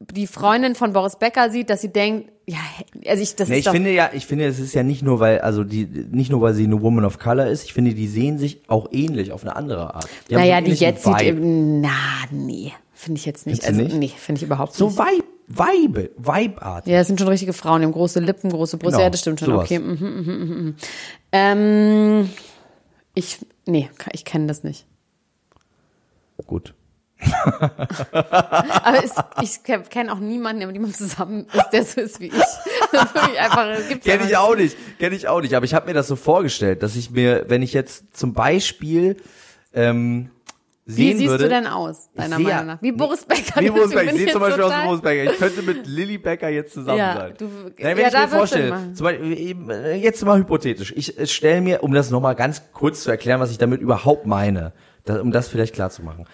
[SPEAKER 1] die Freundin von Boris Becker sieht, dass sie denkt, ja, also ich, das
[SPEAKER 2] Nee,
[SPEAKER 1] ist
[SPEAKER 2] ich
[SPEAKER 1] doch,
[SPEAKER 2] finde ja, ich finde, es ist ja nicht nur, weil, also die, nicht nur, weil sie eine Woman of Color ist, ich finde, die sehen sich auch ähnlich auf eine andere Art. Die haben so
[SPEAKER 1] naja,
[SPEAKER 2] einen
[SPEAKER 1] die
[SPEAKER 2] ähnlichen
[SPEAKER 1] jetzt sieht
[SPEAKER 2] Vibe.
[SPEAKER 1] eben, na, nee, finde ich jetzt nicht.
[SPEAKER 2] Findest du
[SPEAKER 1] Also,
[SPEAKER 2] nicht?
[SPEAKER 1] nee, finde ich überhaupt
[SPEAKER 2] So
[SPEAKER 1] nicht.
[SPEAKER 2] Vibe, Vibe, Vibe-Art.
[SPEAKER 1] Ja, das sind schon richtige Frauen, die haben große Lippen, große Brüste,
[SPEAKER 2] Genau,
[SPEAKER 1] ja, das stimmt schon,
[SPEAKER 2] sowas.
[SPEAKER 1] okay. Mhm, mhm, mhm, mhm. Ähm, ich, nee, ich kenne das nicht.
[SPEAKER 2] Gut.
[SPEAKER 4] Aber es, ich kenne auch niemanden, der mit jemandem zusammen ist, der so ist wie ich. Das ist wirklich einfach, das gibt's
[SPEAKER 2] Kenne ich
[SPEAKER 4] einfach
[SPEAKER 2] auch nicht, kenne ich auch nicht. Aber ich habe mir das so vorgestellt, dass ich mir, wenn ich jetzt zum Beispiel ähm,
[SPEAKER 4] Wie
[SPEAKER 2] sehen
[SPEAKER 4] siehst
[SPEAKER 2] würde,
[SPEAKER 4] du denn aus, deiner
[SPEAKER 2] Ich sehe-
[SPEAKER 4] Meinung nach? Wie Boris Becker.
[SPEAKER 2] Wie
[SPEAKER 4] deswegen
[SPEAKER 2] Boris Becker,
[SPEAKER 4] bin
[SPEAKER 2] ich sehe
[SPEAKER 4] jetzt
[SPEAKER 2] zum Beispiel aus
[SPEAKER 4] total-
[SPEAKER 2] wie Boris Becker. Ich könnte mit Lilly Becker jetzt zusammen
[SPEAKER 4] Ja,
[SPEAKER 2] sein.
[SPEAKER 4] du-
[SPEAKER 2] Nein, wenn
[SPEAKER 4] ja,
[SPEAKER 2] ich
[SPEAKER 4] da wird's
[SPEAKER 2] mir
[SPEAKER 4] Sinn
[SPEAKER 2] vorstelle,
[SPEAKER 4] machen.
[SPEAKER 2] zum Beispiel, eben, äh, jetzt mal hypothetisch, ich äh, stelle mir, um das nochmal ganz kurz zu erklären, was ich damit überhaupt meine, da, um das vielleicht klar zu machen.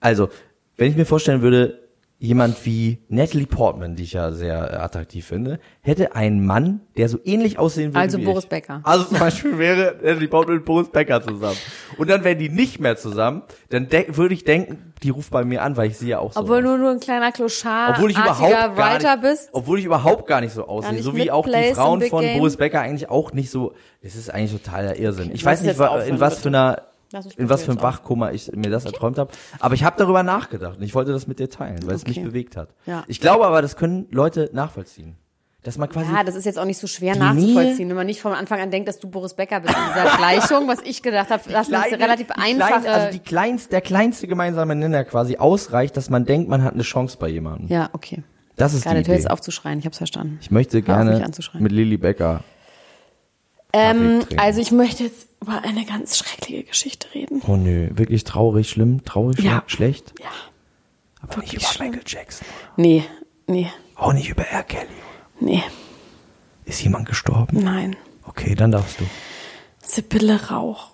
[SPEAKER 2] Also, wenn ich mir vorstellen würde, jemand wie Natalie Portman, die ich ja sehr äh, attraktiv finde, hätte einen Mann, der so ähnlich aussehen würde
[SPEAKER 4] Also
[SPEAKER 2] wie
[SPEAKER 4] Boris
[SPEAKER 2] ich.
[SPEAKER 4] Becker.
[SPEAKER 2] Also zum Beispiel wäre Natalie Portman mit Boris Becker zusammen. Und dann wären die nicht mehr zusammen, dann de- würde ich denken, die ruft bei mir an, weil ich sie ja auch so
[SPEAKER 4] Obwohl
[SPEAKER 2] aus-
[SPEAKER 4] du nur ein kleiner Kloscharartiger
[SPEAKER 2] obwohl ich überhaupt gar
[SPEAKER 4] Writer
[SPEAKER 2] nicht,
[SPEAKER 4] bist.
[SPEAKER 2] obwohl ich überhaupt gar nicht so aussehe,
[SPEAKER 4] nicht
[SPEAKER 2] so wie auch die
[SPEAKER 4] mitplays
[SPEAKER 2] Frauen
[SPEAKER 4] im Big
[SPEAKER 2] von
[SPEAKER 4] Game.
[SPEAKER 2] Boris Becker eigentlich auch nicht so. Es ist eigentlich totaler Irrsinn. Ich
[SPEAKER 4] ich
[SPEAKER 2] weiß
[SPEAKER 4] muss
[SPEAKER 2] nicht,
[SPEAKER 4] jetzt
[SPEAKER 2] wa-
[SPEAKER 4] aufhören,
[SPEAKER 2] in was für einer
[SPEAKER 4] Lass uns
[SPEAKER 2] in was für einem
[SPEAKER 4] jetzt auf.
[SPEAKER 2] Wachkoma ich mir das erträumt habe, aber ich habe darüber nachgedacht und ich wollte das mit dir teilen, weil es mich
[SPEAKER 4] Okay.
[SPEAKER 2] bewegt hat.
[SPEAKER 4] Ja.
[SPEAKER 2] Ich glaube aber, das können Leute nachvollziehen, dass man quasi
[SPEAKER 4] Ja, das ist jetzt auch nicht so schwer
[SPEAKER 2] Die
[SPEAKER 4] nachzuvollziehen, wenn man nicht von Anfang an denkt, dass du Boris Becker bist in dieser Gleichung. Was ich gedacht habe, das ist eine relativ
[SPEAKER 2] die
[SPEAKER 4] einfache.
[SPEAKER 2] Kleine, also die kleinst, der kleinste gemeinsame Nenner quasi ausreicht, dass man denkt, man hat eine Chance bei jemandem.
[SPEAKER 4] ja, okay.
[SPEAKER 2] Das ist
[SPEAKER 4] Gerade
[SPEAKER 2] die
[SPEAKER 4] du hörst
[SPEAKER 2] Idee.
[SPEAKER 4] auf zu schreien, ich hab's verstanden.
[SPEAKER 2] Ich möchte
[SPEAKER 4] Hör auf, mich
[SPEAKER 2] gerne
[SPEAKER 4] anzuschreien.
[SPEAKER 2] mit Lilly Becker. Kaffee
[SPEAKER 1] Ähm,
[SPEAKER 2] trinken.
[SPEAKER 1] also ich möchte jetzt über eine ganz schreckliche Geschichte reden.
[SPEAKER 2] Oh nö, wirklich traurig, schlimm, traurig,
[SPEAKER 1] Ja.
[SPEAKER 2] schlimm, schlecht.
[SPEAKER 1] Ja.
[SPEAKER 2] Aber nicht über Michael Jackson.
[SPEAKER 1] Nee, nee,
[SPEAKER 2] Auch nicht über R. Kelly.
[SPEAKER 1] nee,
[SPEAKER 2] Ist jemand gestorben?
[SPEAKER 1] nein.
[SPEAKER 2] Okay, dann darfst du.
[SPEAKER 1] Sibylle Rauch.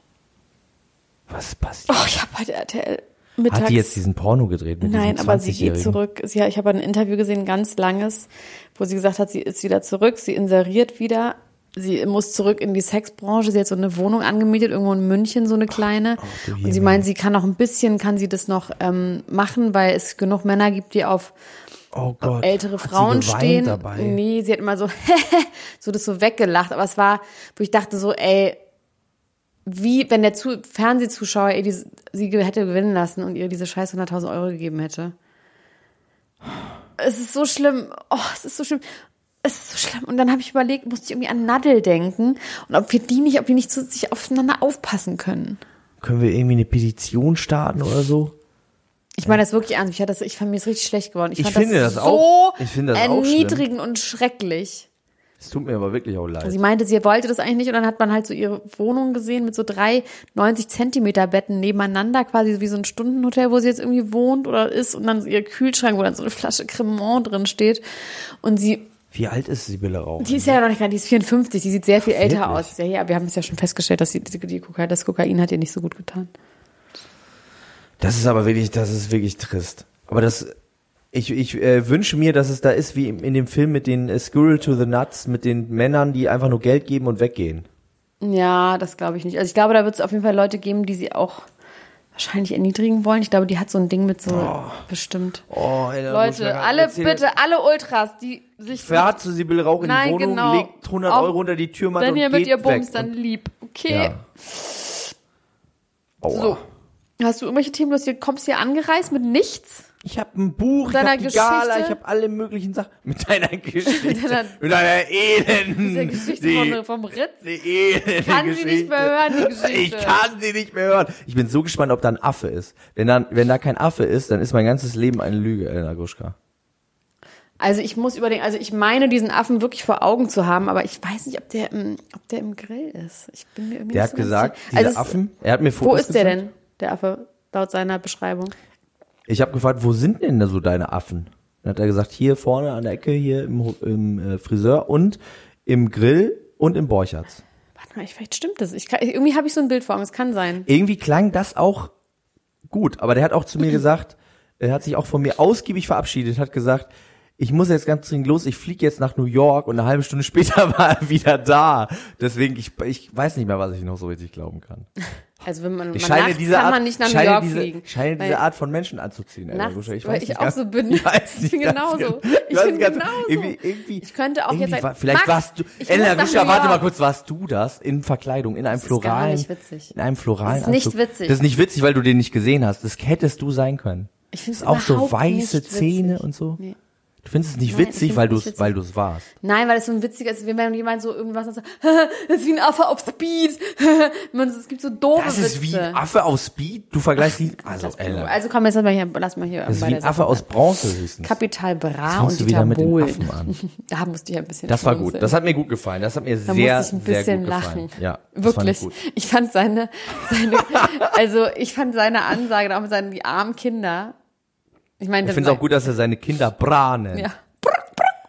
[SPEAKER 2] Was ist passiert?
[SPEAKER 1] Oh, ich habe heute RTL mittags...
[SPEAKER 2] Hat die jetzt diesen Porno gedreht mit
[SPEAKER 1] Nein,
[SPEAKER 2] diesem
[SPEAKER 1] aber sie geht
[SPEAKER 2] 20-Jährigen?
[SPEAKER 1] zurück. Sie, ich habe ein Interview gesehen, ganz langes, wo sie gesagt hat, sie ist wieder zurück, sie inseriert wieder, sie muss zurück in die Sexbranche. Sie hat so eine Wohnung angemietet, irgendwo in München, so eine kleine.
[SPEAKER 2] du
[SPEAKER 1] und sie
[SPEAKER 2] Himmel.
[SPEAKER 1] meint, sie kann noch ein bisschen, kann sie das noch ähm, machen, weil es genug Männer gibt, die auf
[SPEAKER 2] Oh Gott.
[SPEAKER 1] ältere
[SPEAKER 2] Hat sie
[SPEAKER 1] Frauen
[SPEAKER 2] geweint
[SPEAKER 1] stehen.
[SPEAKER 2] dabei?
[SPEAKER 1] Nee, sie hat immer so, so das so weggelacht. Aber es war, wo ich dachte so, ey, wie, wenn der Zu Fernsehzuschauer ihr diese, sie ge- hätte gewinnen lassen und ihr diese scheiß 100.000 Euro gegeben hätte. Es ist so schlimm. Oh, es ist so schlimm. Es ist so schlimm. Und dann habe ich überlegt, musste ich irgendwie an Nadel denken und ob wir die nicht, ob die nicht zu sich aufeinander aufpassen können.
[SPEAKER 2] Können wir irgendwie eine Petition starten oder so?
[SPEAKER 1] Ich meine das wirklich ernst. Ich, hatte das, ich fand mir das richtig schlecht geworden. Ich,
[SPEAKER 2] Ich
[SPEAKER 1] fand
[SPEAKER 2] finde
[SPEAKER 1] das,
[SPEAKER 2] das
[SPEAKER 1] so
[SPEAKER 2] auch- ich finde das auch schlimm.
[SPEAKER 1] erniedrigend und schrecklich.
[SPEAKER 2] Es tut mir aber wirklich auch leid.
[SPEAKER 1] Also Sie meinte, sie wollte das eigentlich nicht und dann hat man halt so ihre Wohnung gesehen mit so drei 90 Zentimeter Betten nebeneinander, quasi wie so ein Stundenhotel, wo sie jetzt irgendwie wohnt oder ist und dann so ihr Kühlschrank, wo dann so eine Flasche Cremant drin steht und sie
[SPEAKER 2] Wie alt ist Sibylle Rauch?
[SPEAKER 1] die ist ja noch nicht ganz, die ist 54, die sieht sehr viel älter
[SPEAKER 2] wirklich?
[SPEAKER 1] aus. Ja, ja, wir haben es ja schon festgestellt, dass die, die, die Kokain, das Kokain hat ihr nicht so gut getan.
[SPEAKER 2] Das ist aber wirklich, das ist wirklich trist. Aber das, ich, ich äh, wünsche mir, dass es da ist wie im- in dem Film mit den äh, Squirrel to the Nuts, mit den Männern, die einfach nur Geld geben und weggehen.
[SPEAKER 1] Ja, das glaube ich nicht. Also ich glaube, da wird es auf jeden Fall Leute geben, die sie auch wahrscheinlich erniedrigen wollen. Ich glaube, die hat so ein Ding mit so bestimmt.
[SPEAKER 2] Oh, ey, da muss ich mir
[SPEAKER 1] Leute,
[SPEAKER 2] grad
[SPEAKER 1] alle
[SPEAKER 2] erzählen.
[SPEAKER 1] bitte, alle Ultras, die sich
[SPEAKER 2] Fährt zu Sibylle Rauch in die
[SPEAKER 1] Nein,
[SPEAKER 2] Wohnung,
[SPEAKER 1] genau.
[SPEAKER 2] legt 100
[SPEAKER 1] Auch
[SPEAKER 2] Euro unter die Türmatte
[SPEAKER 1] wenn
[SPEAKER 2] und
[SPEAKER 1] ihr
[SPEAKER 2] geht
[SPEAKER 1] mit ihr
[SPEAKER 2] weg.
[SPEAKER 1] bumst, dann lieb. Okay.
[SPEAKER 2] ja. Aua.
[SPEAKER 1] So. Hast du irgendwelche Themen? Du hast hier, kommst hier angereist mit nichts?
[SPEAKER 2] Ich habe ein Buch,
[SPEAKER 1] Deiner
[SPEAKER 2] ich habe die Gala,
[SPEAKER 1] Geschichte?
[SPEAKER 2] ich habe alle möglichen Sachen. Mit deiner Geschichte. mit
[SPEAKER 1] deiner-
[SPEAKER 2] deiner, elenden.
[SPEAKER 1] Der Geschichte von, vom Ritz?
[SPEAKER 2] eh, die elende
[SPEAKER 1] Kann sie
[SPEAKER 2] Geschichte.
[SPEAKER 1] nicht mehr hören, die
[SPEAKER 2] Ich
[SPEAKER 1] Geschichte.
[SPEAKER 2] kann sie nicht mehr hören. Ich bin so gespannt, ob da ein Affe ist. Wenn da, wenn da kein Affe ist, dann ist mein ganzes Leben eine Lüge, Elena Gruschka.
[SPEAKER 1] Also ich muss überlegen, also ich meine diesen Affen wirklich vor Augen zu haben, aber ich weiß nicht, ob der, im- ob der im Grill ist. Ich bin mir irgendwie
[SPEAKER 2] Der
[SPEAKER 1] nicht
[SPEAKER 2] hat
[SPEAKER 1] so ganz
[SPEAKER 2] gesagt,
[SPEAKER 1] sicher.
[SPEAKER 2] diese
[SPEAKER 1] Also es-
[SPEAKER 2] Affen, er hat mir Fotos
[SPEAKER 1] Wo ist der
[SPEAKER 2] gezeigt.
[SPEAKER 1] denn, der Affe, laut seiner Beschreibung?
[SPEAKER 2] Ich habe gefragt, wo sind denn da so deine Affen? Dann hat er gesagt, hier vorne an der Ecke, hier im, Ho- im äh, Friseur und im Grill und im Borcherts.
[SPEAKER 1] Warte mal, ich- vielleicht stimmt das. Ich kann, irgendwie habe ich so ein Bild vor Augen, es kann sein.
[SPEAKER 2] Irgendwie klang das auch gut, aber der hat auch zu mir gesagt, er hat sich auch von mir ausgiebig verabschiedet, hat gesagt, ich muss jetzt ganz dringend los, ich fliege jetzt nach New York und eine halbe Stunde später war er wieder da. Deswegen, ich, ich weiß nicht mehr, was ich noch so richtig glauben kann.
[SPEAKER 4] Also wenn man,
[SPEAKER 2] Ich
[SPEAKER 4] man
[SPEAKER 2] scheine
[SPEAKER 4] nachts
[SPEAKER 2] diese
[SPEAKER 4] kann
[SPEAKER 2] Art,
[SPEAKER 4] man nicht nach New
[SPEAKER 2] scheine
[SPEAKER 4] York
[SPEAKER 2] diese,
[SPEAKER 4] fliegen.
[SPEAKER 2] Scheine
[SPEAKER 4] Weil-
[SPEAKER 2] diese Art von Menschen anzuziehen, Elena
[SPEAKER 1] Nachts,
[SPEAKER 2] Gusche. Ich
[SPEAKER 1] weil
[SPEAKER 2] weiß
[SPEAKER 1] ich
[SPEAKER 2] nicht
[SPEAKER 1] auch
[SPEAKER 2] ganz-
[SPEAKER 1] so bin.
[SPEAKER 2] Ich, weiß
[SPEAKER 1] Ich
[SPEAKER 2] nicht
[SPEAKER 1] bin
[SPEAKER 2] ganz
[SPEAKER 1] genauso.
[SPEAKER 2] genau.
[SPEAKER 1] Ich
[SPEAKER 2] weiß
[SPEAKER 1] bin
[SPEAKER 2] ganz-
[SPEAKER 1] genauso.
[SPEAKER 2] Irgendwie, irgendwie,
[SPEAKER 1] Ich könnte auch jetzt
[SPEAKER 2] irgendwie
[SPEAKER 1] ein-
[SPEAKER 2] war- Vielleicht
[SPEAKER 1] Max,
[SPEAKER 2] warst du.
[SPEAKER 1] ich
[SPEAKER 2] Elena
[SPEAKER 1] muss nach
[SPEAKER 2] Gusche,
[SPEAKER 1] New
[SPEAKER 2] warte mal
[SPEAKER 1] York.
[SPEAKER 2] kurz, warst du das? In Verkleidung, in
[SPEAKER 4] Das
[SPEAKER 2] einem
[SPEAKER 4] ist gar
[SPEAKER 2] floralen.
[SPEAKER 4] nicht witzig.
[SPEAKER 2] In einem floralen.
[SPEAKER 4] Das ist nicht
[SPEAKER 2] Anzug.
[SPEAKER 4] witzig.
[SPEAKER 2] Das ist nicht witzig, weil du den nicht gesehen hast. Das hättest du sein können.
[SPEAKER 1] Ich finde es
[SPEAKER 2] Auch so
[SPEAKER 1] überhaupt
[SPEAKER 2] weiße
[SPEAKER 1] nicht
[SPEAKER 2] Zähne
[SPEAKER 1] witzig.
[SPEAKER 2] und so.
[SPEAKER 1] Nee.
[SPEAKER 2] Du findest es nicht
[SPEAKER 4] Nein, ich
[SPEAKER 2] witzig,
[SPEAKER 4] find's
[SPEAKER 2] weil du
[SPEAKER 4] nicht
[SPEAKER 2] es
[SPEAKER 4] witzig.
[SPEAKER 2] weil du es warst.
[SPEAKER 4] Nein, weil es so ein witziger ist, wenn man jemand so irgendwas sagt, so, das ist wie ein Affe auf Speed. Man, es gibt so doofe
[SPEAKER 2] Das
[SPEAKER 4] Witze.
[SPEAKER 2] ist wie ein Affe aus Speed. Du vergleichst ihn. Also, Ella.
[SPEAKER 4] also komm, jetzt lass mal hier, lass mal hier
[SPEAKER 2] das ist
[SPEAKER 4] bei
[SPEAKER 2] wie
[SPEAKER 4] der
[SPEAKER 2] ein Affe
[SPEAKER 4] Sache
[SPEAKER 2] aus
[SPEAKER 4] bleiben.
[SPEAKER 2] Bronze höchstens.
[SPEAKER 4] Kapital Bra
[SPEAKER 2] fängst
[SPEAKER 4] und
[SPEAKER 2] du wieder
[SPEAKER 4] Dieter
[SPEAKER 2] mit dem
[SPEAKER 4] Bohlen.
[SPEAKER 2] Affen an.
[SPEAKER 4] Da musste ich ein bisschen
[SPEAKER 2] Das war gut.
[SPEAKER 4] schmunzeln.
[SPEAKER 2] Das hat mir gut gefallen. Das hat mir
[SPEAKER 4] da
[SPEAKER 2] sehr,
[SPEAKER 4] musste ich ein
[SPEAKER 2] sehr
[SPEAKER 4] bisschen
[SPEAKER 2] gut
[SPEAKER 4] lachen.
[SPEAKER 2] gefallen. Ja, das fand
[SPEAKER 4] Wirklich.
[SPEAKER 2] ich gut.
[SPEAKER 4] ich fand seine, seine also ich fand seine Ansage, auch mit seinen die armen Kinder. Ich meine,
[SPEAKER 2] Ich finde es auch gut, dass er seine Kinder Bra nennt.
[SPEAKER 4] Ja.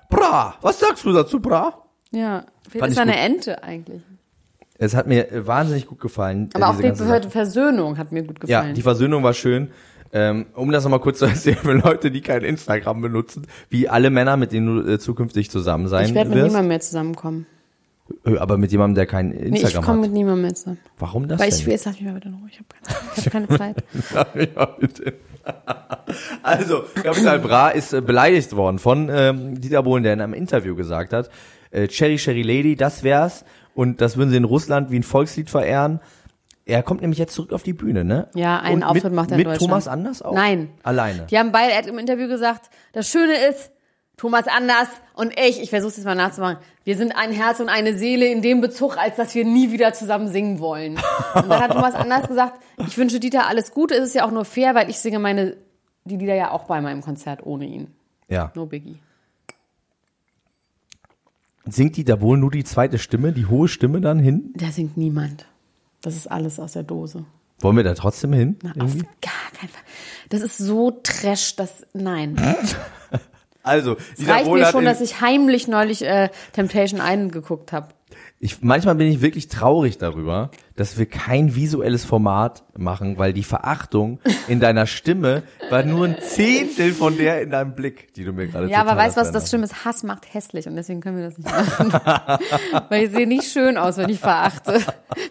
[SPEAKER 2] Bra. Was sagst du dazu, Bra?
[SPEAKER 4] Ja,
[SPEAKER 2] Fand
[SPEAKER 4] vielleicht ist
[SPEAKER 2] ich
[SPEAKER 4] er eine
[SPEAKER 2] gut.
[SPEAKER 4] Ente eigentlich.
[SPEAKER 2] Es hat mir äh, wahnsinnig gut gefallen. äh,
[SPEAKER 4] Aber auch
[SPEAKER 2] diese
[SPEAKER 4] die
[SPEAKER 2] ganze Sache.
[SPEAKER 4] Ver- Versöhnung hat mir gut gefallen.
[SPEAKER 2] Ja, die Versöhnung war schön. Ähm, um das nochmal kurz zu erzählen, für Leute, die kein Instagram benutzen, wie alle Männer, mit denen du äh, zukünftig zusammen sein
[SPEAKER 4] ich werde mit
[SPEAKER 2] wirst.
[SPEAKER 4] niemandem mehr zusammenkommen.
[SPEAKER 2] Äh, Aber mit jemandem, der kein
[SPEAKER 4] Nee, ich
[SPEAKER 2] Instagram
[SPEAKER 4] komme
[SPEAKER 2] hat.
[SPEAKER 4] mit niemandem mehr zusammen.
[SPEAKER 2] Warum das
[SPEAKER 4] Weil
[SPEAKER 2] denn?
[SPEAKER 4] ich will, jetzt lass mich mal bitte in Ruhe. Ich habe keine, ich hab keine Zeit.
[SPEAKER 2] ja, bitte. Also, Capital Bra ist äh, beleidigt worden von ähm, Dieter Bohlen, der in einem Interview gesagt hat, äh, Cherry Cherry Lady, das wär's. Und das würden sie in Russland wie ein Volkslied verehren. Er kommt nämlich jetzt zurück auf die Bühne, ne?
[SPEAKER 4] Ja, einen
[SPEAKER 2] Und
[SPEAKER 4] Auftritt
[SPEAKER 2] mit,
[SPEAKER 4] macht er in
[SPEAKER 2] Mit
[SPEAKER 4] Deutschland.
[SPEAKER 2] Thomas Anders auch?
[SPEAKER 4] Nein.
[SPEAKER 2] Alleine.
[SPEAKER 4] Die haben beide, er hat im Interview gesagt, das Schöne ist, Thomas Anders und ich, ich versuche es jetzt mal nachzumachen, wir sind ein Herz und eine Seele in dem Bezug, als dass wir nie wieder zusammen singen wollen. Und dann hat Thomas Anders gesagt, ich wünsche Dieter alles Gute, es ist ja auch nur fair, weil ich singe meine, die Lieder ja auch bei meinem Konzert ohne ihn.
[SPEAKER 2] Ja.
[SPEAKER 4] No biggie.
[SPEAKER 2] Singt Dieter Bohlen nur die zweite Stimme, die hohe Stimme dann hin?
[SPEAKER 4] Da singt niemand. Das ist alles aus der Dose.
[SPEAKER 2] Wollen wir da trotzdem hin?
[SPEAKER 4] Auf gar keinen Fall. Das ist so trash, das, nein.
[SPEAKER 2] Also,
[SPEAKER 4] Es
[SPEAKER 2] Dieter
[SPEAKER 4] reicht
[SPEAKER 2] Bohlen
[SPEAKER 4] mir
[SPEAKER 2] hat
[SPEAKER 4] schon,
[SPEAKER 2] in-
[SPEAKER 4] dass ich heimlich neulich äh, Temptation Island geguckt habe.
[SPEAKER 2] ich, manchmal bin ich wirklich traurig darüber, dass wir kein visuelles Format machen, weil die Verachtung in deiner Stimme war nur ein Zehntel von der in deinem Blick, die du mir gerade
[SPEAKER 4] Ja, aber
[SPEAKER 2] total
[SPEAKER 4] weißt du, was das
[SPEAKER 2] hast.
[SPEAKER 4] Schlimme ist? Hass macht hässlich und deswegen können wir das nicht machen. Weil ich sehe nicht schön aus, wenn ich verachte.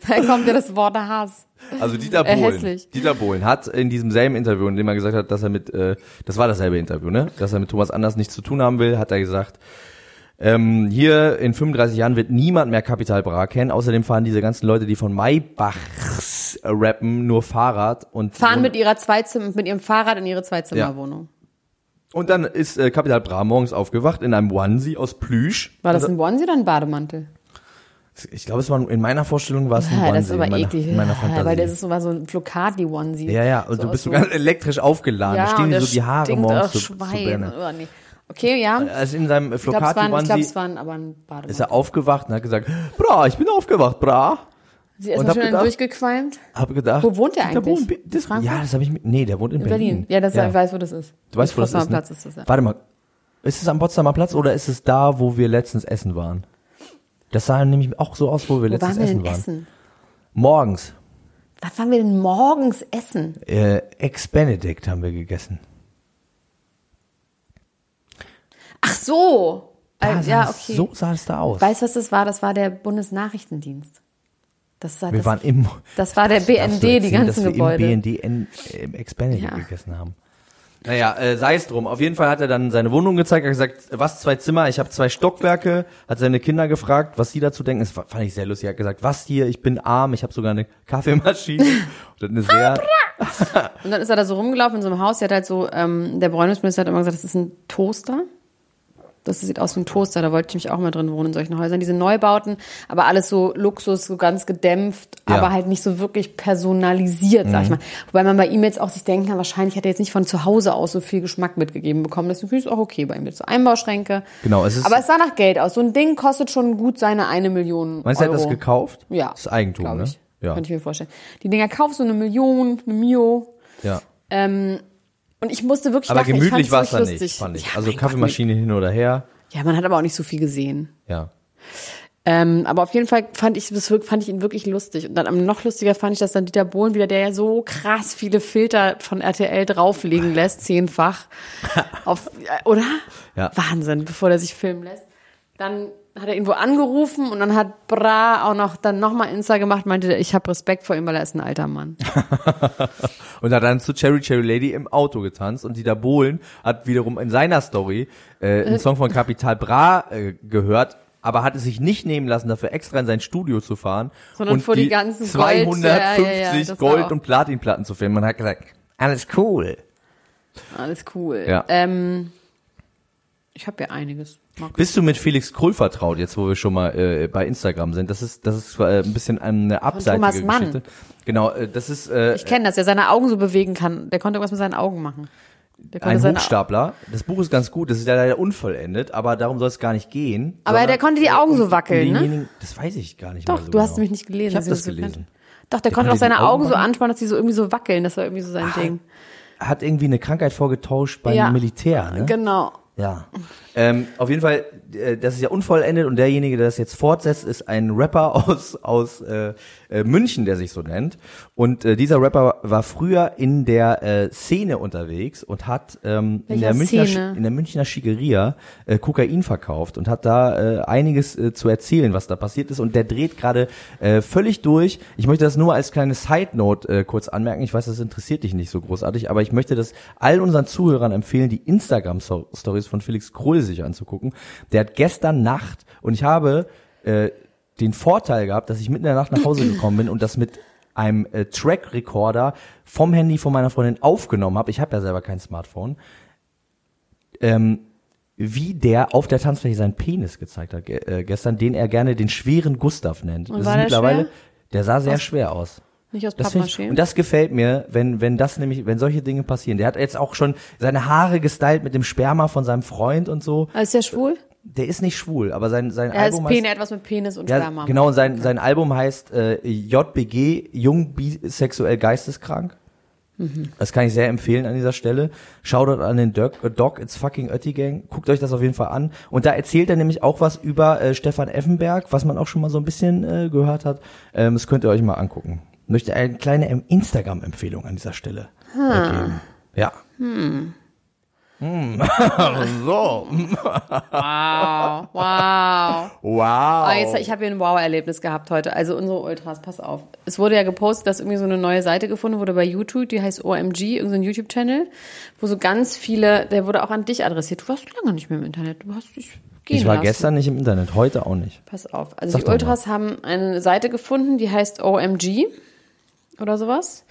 [SPEAKER 4] Da kommt ja das Wort Hass.
[SPEAKER 2] Also Dieter
[SPEAKER 4] Äh,
[SPEAKER 2] Bohlen,
[SPEAKER 4] hässlich.
[SPEAKER 2] Dieter Bohlen hat in diesem selben Interview, in dem er gesagt hat, dass er mit, äh, das war dasselbe Interview, ne, dass er mit Thomas Anders nichts zu tun haben will, hat er gesagt, ähm, hier in 35 Jahren wird niemand mehr Capital Bra kennen. Außerdem fahren diese ganzen Leute, die von Maybachs äh, rappen, nur Fahrrad und
[SPEAKER 4] Fahren mit ihrer Zweizimmer, mit ihrem Fahrrad in ihre Zweizimmerwohnung.
[SPEAKER 2] Und dann ist äh, Capital Bra morgens aufgewacht in einem Onesie aus Plüsch.
[SPEAKER 4] War das ein Onesie oder ein Bademantel?
[SPEAKER 2] Ich glaube, es war in meiner Vorstellung war es ein
[SPEAKER 4] Ja,
[SPEAKER 2] Onesie.
[SPEAKER 4] Ah, das ist aber
[SPEAKER 2] in meiner,
[SPEAKER 4] eklig.
[SPEAKER 2] In meiner
[SPEAKER 4] Ja,
[SPEAKER 2] Fantasie.
[SPEAKER 4] Weil das ist so mal so ein Flocati-Onesie.
[SPEAKER 2] ja, ja, und
[SPEAKER 4] So
[SPEAKER 2] du bist
[SPEAKER 4] aus
[SPEAKER 2] so ganz elektrisch aufgeladen.
[SPEAKER 4] ja,
[SPEAKER 2] da stehen
[SPEAKER 4] und
[SPEAKER 2] dir
[SPEAKER 4] der
[SPEAKER 2] so die Haare
[SPEAKER 4] stinkt
[SPEAKER 2] morgens
[SPEAKER 4] auch
[SPEAKER 2] zu, zu
[SPEAKER 4] Schwein.
[SPEAKER 2] brennen.
[SPEAKER 4] oder nee. Okay, ja. Ich
[SPEAKER 2] Also in seinem
[SPEAKER 4] glaube, es, waren- ich glaub,
[SPEAKER 2] Flocati-Onesie
[SPEAKER 4] es waren aber ein
[SPEAKER 2] ist
[SPEAKER 4] Bademantel.
[SPEAKER 2] er aufgewacht und hat gesagt, Bra, ich bin aufgewacht, Bra.
[SPEAKER 4] Sie erstmal
[SPEAKER 2] und hab
[SPEAKER 4] schön einen
[SPEAKER 2] gedacht-
[SPEAKER 4] durchgedacht, durchgequalmt.
[SPEAKER 2] Hab gedacht,
[SPEAKER 4] Wo wohnt er
[SPEAKER 2] Dieter
[SPEAKER 4] eigentlich?
[SPEAKER 2] Bohlen, das,
[SPEAKER 4] Frankfurt?
[SPEAKER 2] ja, das habe ich mit, nee, der wohnt in Berlin.
[SPEAKER 4] Berlin. Ja, das ich weiß, wo das ist.
[SPEAKER 2] Du weißt, wo das ist, ne?
[SPEAKER 4] Platz ist das, ja.
[SPEAKER 2] Warte mal. Ist es am Potsdamer Platz oder ist es da, wo wir letztens essen waren? Das sah nämlich auch so aus, wo wir
[SPEAKER 4] Wo
[SPEAKER 2] letztens
[SPEAKER 4] waren wir denn
[SPEAKER 2] essen waren.
[SPEAKER 4] essen?
[SPEAKER 2] Morgens.
[SPEAKER 4] Was waren wir denn morgens essen?
[SPEAKER 2] Äh, Ex-Benedict haben wir gegessen.
[SPEAKER 4] Ach so.
[SPEAKER 2] Da
[SPEAKER 4] Äh,
[SPEAKER 2] sah
[SPEAKER 4] ja,
[SPEAKER 2] es-
[SPEAKER 4] okay.
[SPEAKER 2] So sah es da aus.
[SPEAKER 4] Weißt du, was das war? Das war der Bundesnachrichtendienst. Das war,
[SPEAKER 2] wir
[SPEAKER 4] das,
[SPEAKER 2] waren im
[SPEAKER 4] das war der
[SPEAKER 2] Darfst
[SPEAKER 4] BND,
[SPEAKER 2] du
[SPEAKER 4] die
[SPEAKER 2] erzählen,
[SPEAKER 4] ganzen
[SPEAKER 2] dass
[SPEAKER 4] Gebäude.
[SPEAKER 2] Wir im BND in, im Ex-Benedict
[SPEAKER 4] Ja.
[SPEAKER 2] gegessen haben. Naja, äh, sei es drum. Auf jeden Fall hat er dann seine Wohnung gezeigt, hat gesagt, was, zwei Zimmer, ich habe zwei Stockwerke, hat seine Kinder gefragt, was sie dazu denken. Das fa- fand ich sehr lustig. Er hat gesagt, was hier, ich bin arm, ich habe sogar eine Kaffeemaschine. Und dann eine sehr,
[SPEAKER 4] Und dann ist er da so rumgelaufen in so einem Haus. Der hat halt so, ähm, der Bräunungsminister hat immer gesagt, das ist ein Toaster. Das sieht aus wie ein Toaster. Da wollte ich mich auch mal drin wohnen in solchen Häusern. Diese Neubauten, aber alles so Luxus, so ganz gedämpft,
[SPEAKER 2] Ja.
[SPEAKER 4] aber halt nicht so wirklich personalisiert, sag
[SPEAKER 2] Mhm.
[SPEAKER 4] ich mal. Wobei man bei ihm jetzt auch sich denken kann, wahrscheinlich hat er jetzt nicht von zu Hause aus so viel Geschmack mitgegeben bekommen. Das ist auch okay bei ihm. Jetzt so Einbauschränke.
[SPEAKER 2] Genau, es ist-
[SPEAKER 4] aber es sah nach Geld aus. So ein Ding kostet schon gut seine eine Million
[SPEAKER 2] meinst du, er
[SPEAKER 4] Euro.
[SPEAKER 2] hat halt das gekauft?
[SPEAKER 4] Ja.
[SPEAKER 2] Das ist Eigentum,
[SPEAKER 4] glaub
[SPEAKER 2] ne?
[SPEAKER 4] ich.
[SPEAKER 2] Ja.
[SPEAKER 4] Könnte ich mir vorstellen. Die Dinger kaufst du eine Million, eine Mio.
[SPEAKER 2] ja.
[SPEAKER 4] Ähm, und ich musste wirklich
[SPEAKER 2] Aber
[SPEAKER 4] lachen. ich
[SPEAKER 2] gemütlich war
[SPEAKER 4] fand's
[SPEAKER 2] es da
[SPEAKER 4] wirklich
[SPEAKER 2] nicht,
[SPEAKER 4] lustig.
[SPEAKER 2] fand ich.
[SPEAKER 4] Ja,
[SPEAKER 2] also
[SPEAKER 4] mein
[SPEAKER 2] Kaffeemaschine hin oder her.
[SPEAKER 4] Gott. Ja, man hat aber auch nicht so viel gesehen.
[SPEAKER 2] Ja.
[SPEAKER 4] Ähm, aber auf jeden Fall fand ich, das wirk- fand ich ihn wirklich lustig. Und dann am noch lustiger fand ich, dass dann Dieter Bohlen wieder, der ja so krass viele Filter von RTL drauflegen lässt, zehnfach. Auf, ja, oder?
[SPEAKER 2] Ja.
[SPEAKER 4] Wahnsinn, bevor der sich filmen lässt. Dann hat er irgendwo angerufen und dann hat Bra auch noch dann nochmal Insta gemacht, meinte, ich habe Respekt vor ihm, weil er ist ein alter Mann.
[SPEAKER 2] Und hat dann zu Cherry Cherry Lady im Auto getanzt und Dieter Bohlen hat wiederum in seiner Story äh, einen Song von Capital Bra äh, gehört, aber hat es sich nicht nehmen lassen, dafür extra in sein Studio zu fahren
[SPEAKER 4] Sondern
[SPEAKER 2] und
[SPEAKER 4] vor die ganzen Gold- ja, ja, ja,
[SPEAKER 2] 250
[SPEAKER 4] das war
[SPEAKER 2] Gold-
[SPEAKER 4] auch-
[SPEAKER 2] und Platinplatten zu filmen. Man hat gesagt, alles cool.
[SPEAKER 4] Alles cool.
[SPEAKER 2] Ja.
[SPEAKER 4] Ähm,
[SPEAKER 1] Ich habe ja einiges. Max.
[SPEAKER 2] Bist du mit Felix Krull vertraut, jetzt wo wir schon mal äh, bei Instagram sind? Das ist, das ist äh, ein bisschen eine abseitige
[SPEAKER 1] Thomas Mann.
[SPEAKER 2] Geschichte. Genau, äh, das ist äh,
[SPEAKER 1] Ich kenne das, der seine Augen so bewegen kann. Der konnte irgendwas mit seinen Augen machen. Der konnte
[SPEAKER 2] ein
[SPEAKER 1] seine-
[SPEAKER 2] Hochstapler. Das Buch ist ganz gut, das ist ja leider unvollendet, aber darum soll es gar nicht gehen.
[SPEAKER 1] Aber der konnte die Augen so wackeln, ne?
[SPEAKER 2] ne? Das weiß ich gar nicht
[SPEAKER 1] Doch,
[SPEAKER 2] mehr so
[SPEAKER 1] du hast
[SPEAKER 2] genau.
[SPEAKER 1] mich nicht gelesen.
[SPEAKER 2] Ich hab
[SPEAKER 1] dass du
[SPEAKER 2] das
[SPEAKER 1] so
[SPEAKER 2] gelesen.
[SPEAKER 1] kannst. Doch, der konnte
[SPEAKER 2] konnte
[SPEAKER 1] auch seine
[SPEAKER 2] die Augen
[SPEAKER 1] Augen so
[SPEAKER 2] machen?
[SPEAKER 1] anspannen, dass die so irgendwie so wackeln. Das war irgendwie so sein Ding.
[SPEAKER 2] Hat irgendwie eine Krankheit vorgetauscht beim
[SPEAKER 1] Ja.
[SPEAKER 2] Militär, ne?
[SPEAKER 1] Genau.
[SPEAKER 2] Ja. Ähm, auf jeden Fall, äh, das ist ja unvollendet und derjenige, der das jetzt fortsetzt, ist ein Rapper aus, aus äh, äh, München, der sich so nennt. Und äh, dieser Rapper war früher in der äh, Szene unterwegs und hat ähm, in,
[SPEAKER 1] Welcher
[SPEAKER 2] der Münchner,
[SPEAKER 1] Szene?
[SPEAKER 2] Sch- in der Münchner Schickeria äh, Kokain verkauft und hat da äh, einiges äh, zu erzählen, was da passiert ist. Und der dreht gerade äh, völlig durch. Ich möchte das nur als kleine Side-Note äh, kurz anmerken. Ich weiß, das interessiert dich nicht so großartig, aber ich möchte das all unseren Zuhörern empfehlen, die Instagram-Stories von Felix Krull sich anzugucken. Der hat gestern Nacht, und ich habe äh, den Vorteil gehabt, dass ich mitten in der Nacht nach Hause gekommen bin und das mit einem äh, Track-Recorder vom Handy von meiner Freundin aufgenommen habe. Ich habe ja selber kein Smartphone Ähm, wie der auf der Tanzfläche seinen Penis gezeigt hat ge- äh, gestern, den er gerne den schweren Gustav nennt.
[SPEAKER 1] war der schwer?
[SPEAKER 2] der sah sehr schwer aus.
[SPEAKER 1] Nicht aus
[SPEAKER 2] Das find ich,
[SPEAKER 1] Pappmaché.
[SPEAKER 2] und das gefällt mir, wenn wenn das nämlich, wenn solche Dinge passieren. Der hat jetzt auch schon seine Haare gestylt mit dem Sperma von seinem Freund und so.
[SPEAKER 1] Also ist der schwul?
[SPEAKER 2] Der ist nicht schwul, aber sein sein
[SPEAKER 1] Er ist
[SPEAKER 2] Album heißt,
[SPEAKER 1] Penis, etwas mit Penis und
[SPEAKER 2] ja,
[SPEAKER 1] Sperma.
[SPEAKER 2] genau und sein sein Album heißt äh, JBG Jung bisexuell geisteskrank.
[SPEAKER 1] Mhm.
[SPEAKER 2] Das kann ich sehr empfehlen an dieser Stelle. Shoutout an den Dirk, äh, Doc, it's fucking Oettigang. Guckt euch das auf jeden Fall an. Und da erzählt er nämlich auch was über äh, Stefan Effenberg, was man auch schon mal so ein bisschen äh, gehört hat. Ähm, das könnt ihr euch mal angucken. Möchte eine kleine ähm, Instagram-Empfehlung an dieser Stelle äh, geben. Ja. Hm. so.
[SPEAKER 1] Wow.
[SPEAKER 2] Wow.
[SPEAKER 1] Ah, jetzt, ich habe hier ein Wow-Erlebnis gehabt heute. Also unsere Ultras, pass auf. Es wurde ja gepostet, dass irgendwie so eine neue Seite gefunden wurde bei YouTube, die heißt OMG, irgendein YouTube-Channel, wo so ganz viele, der wurde auch an dich adressiert. Du warst lange nicht mehr im Internet. Du hast dich gehen
[SPEAKER 2] Ich war
[SPEAKER 1] lassen.
[SPEAKER 2] gestern nicht im Internet, heute auch nicht.
[SPEAKER 1] Pass auf. Also
[SPEAKER 2] Sag
[SPEAKER 1] die
[SPEAKER 2] doch mal.
[SPEAKER 1] Ultras haben eine Seite gefunden, die heißt OMG oder sowas.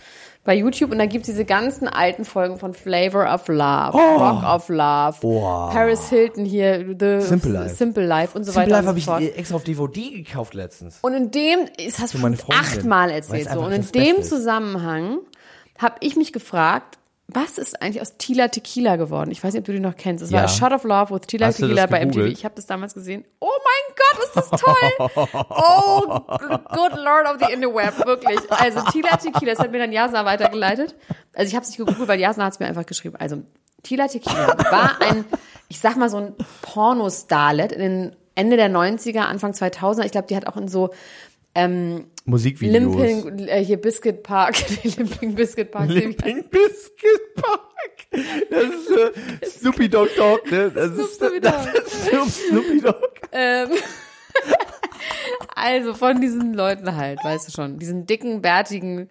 [SPEAKER 1] Bei YouTube und da gibt's diese ganzen alten Folgen von Flavor of Love,
[SPEAKER 2] Oh.
[SPEAKER 1] Rock of Love, Paris Hilton hier, The
[SPEAKER 2] Simple Life.
[SPEAKER 1] Simple Life und so
[SPEAKER 2] Simple
[SPEAKER 1] weiter
[SPEAKER 2] Life habe
[SPEAKER 1] und
[SPEAKER 2] ich äh,
[SPEAKER 1] so fort.
[SPEAKER 2] extra auf DVD gekauft letztens.
[SPEAKER 1] Und in dem, das hast du
[SPEAKER 2] meine
[SPEAKER 1] schon
[SPEAKER 2] Freundin,
[SPEAKER 1] achtmal
[SPEAKER 2] weil es
[SPEAKER 1] erzählt so.
[SPEAKER 2] einfach
[SPEAKER 1] Und in
[SPEAKER 2] das
[SPEAKER 1] dem
[SPEAKER 2] Beste ist.
[SPEAKER 1] Zusammenhang habe ich mich gefragt, was ist eigentlich aus Tila Tequila geworden? Ich weiß nicht, ob du die noch kennst. Es war
[SPEAKER 2] Ja.
[SPEAKER 1] A Shot of Love with Tila
[SPEAKER 2] Hast du das
[SPEAKER 1] Tequila bei MTV.
[SPEAKER 2] gegoogelt?
[SPEAKER 1] Ich habe das damals gesehen. Oh mein Gott, ist das toll! oh, good lord of the interweb, wirklich. Also Tila Tequila, das hat mir dann Jasna weitergeleitet. Also ich habe es nicht gegoogelt, weil Jasna hat es mir einfach geschrieben. Also Tila Tequila war ein, ich sag mal so ein Pornostarlet in den Ende der 90er, Anfang 2000er. Ich glaube, die hat auch in so
[SPEAKER 2] Musikvideos.
[SPEAKER 1] Limping, äh, hier Biscuit Park, die Limping Biscuit Park.
[SPEAKER 2] Limping Biscuit Park. Das ist äh, Snoopy Dogg Dogg, ne? Das ist,
[SPEAKER 1] Snoopy
[SPEAKER 2] das
[SPEAKER 1] Dogg.
[SPEAKER 2] ist Snoop- Snoopy Dogg.
[SPEAKER 1] Ähm, also von diesen Leuten halt, weißt du schon, diesen dicken, bärtigen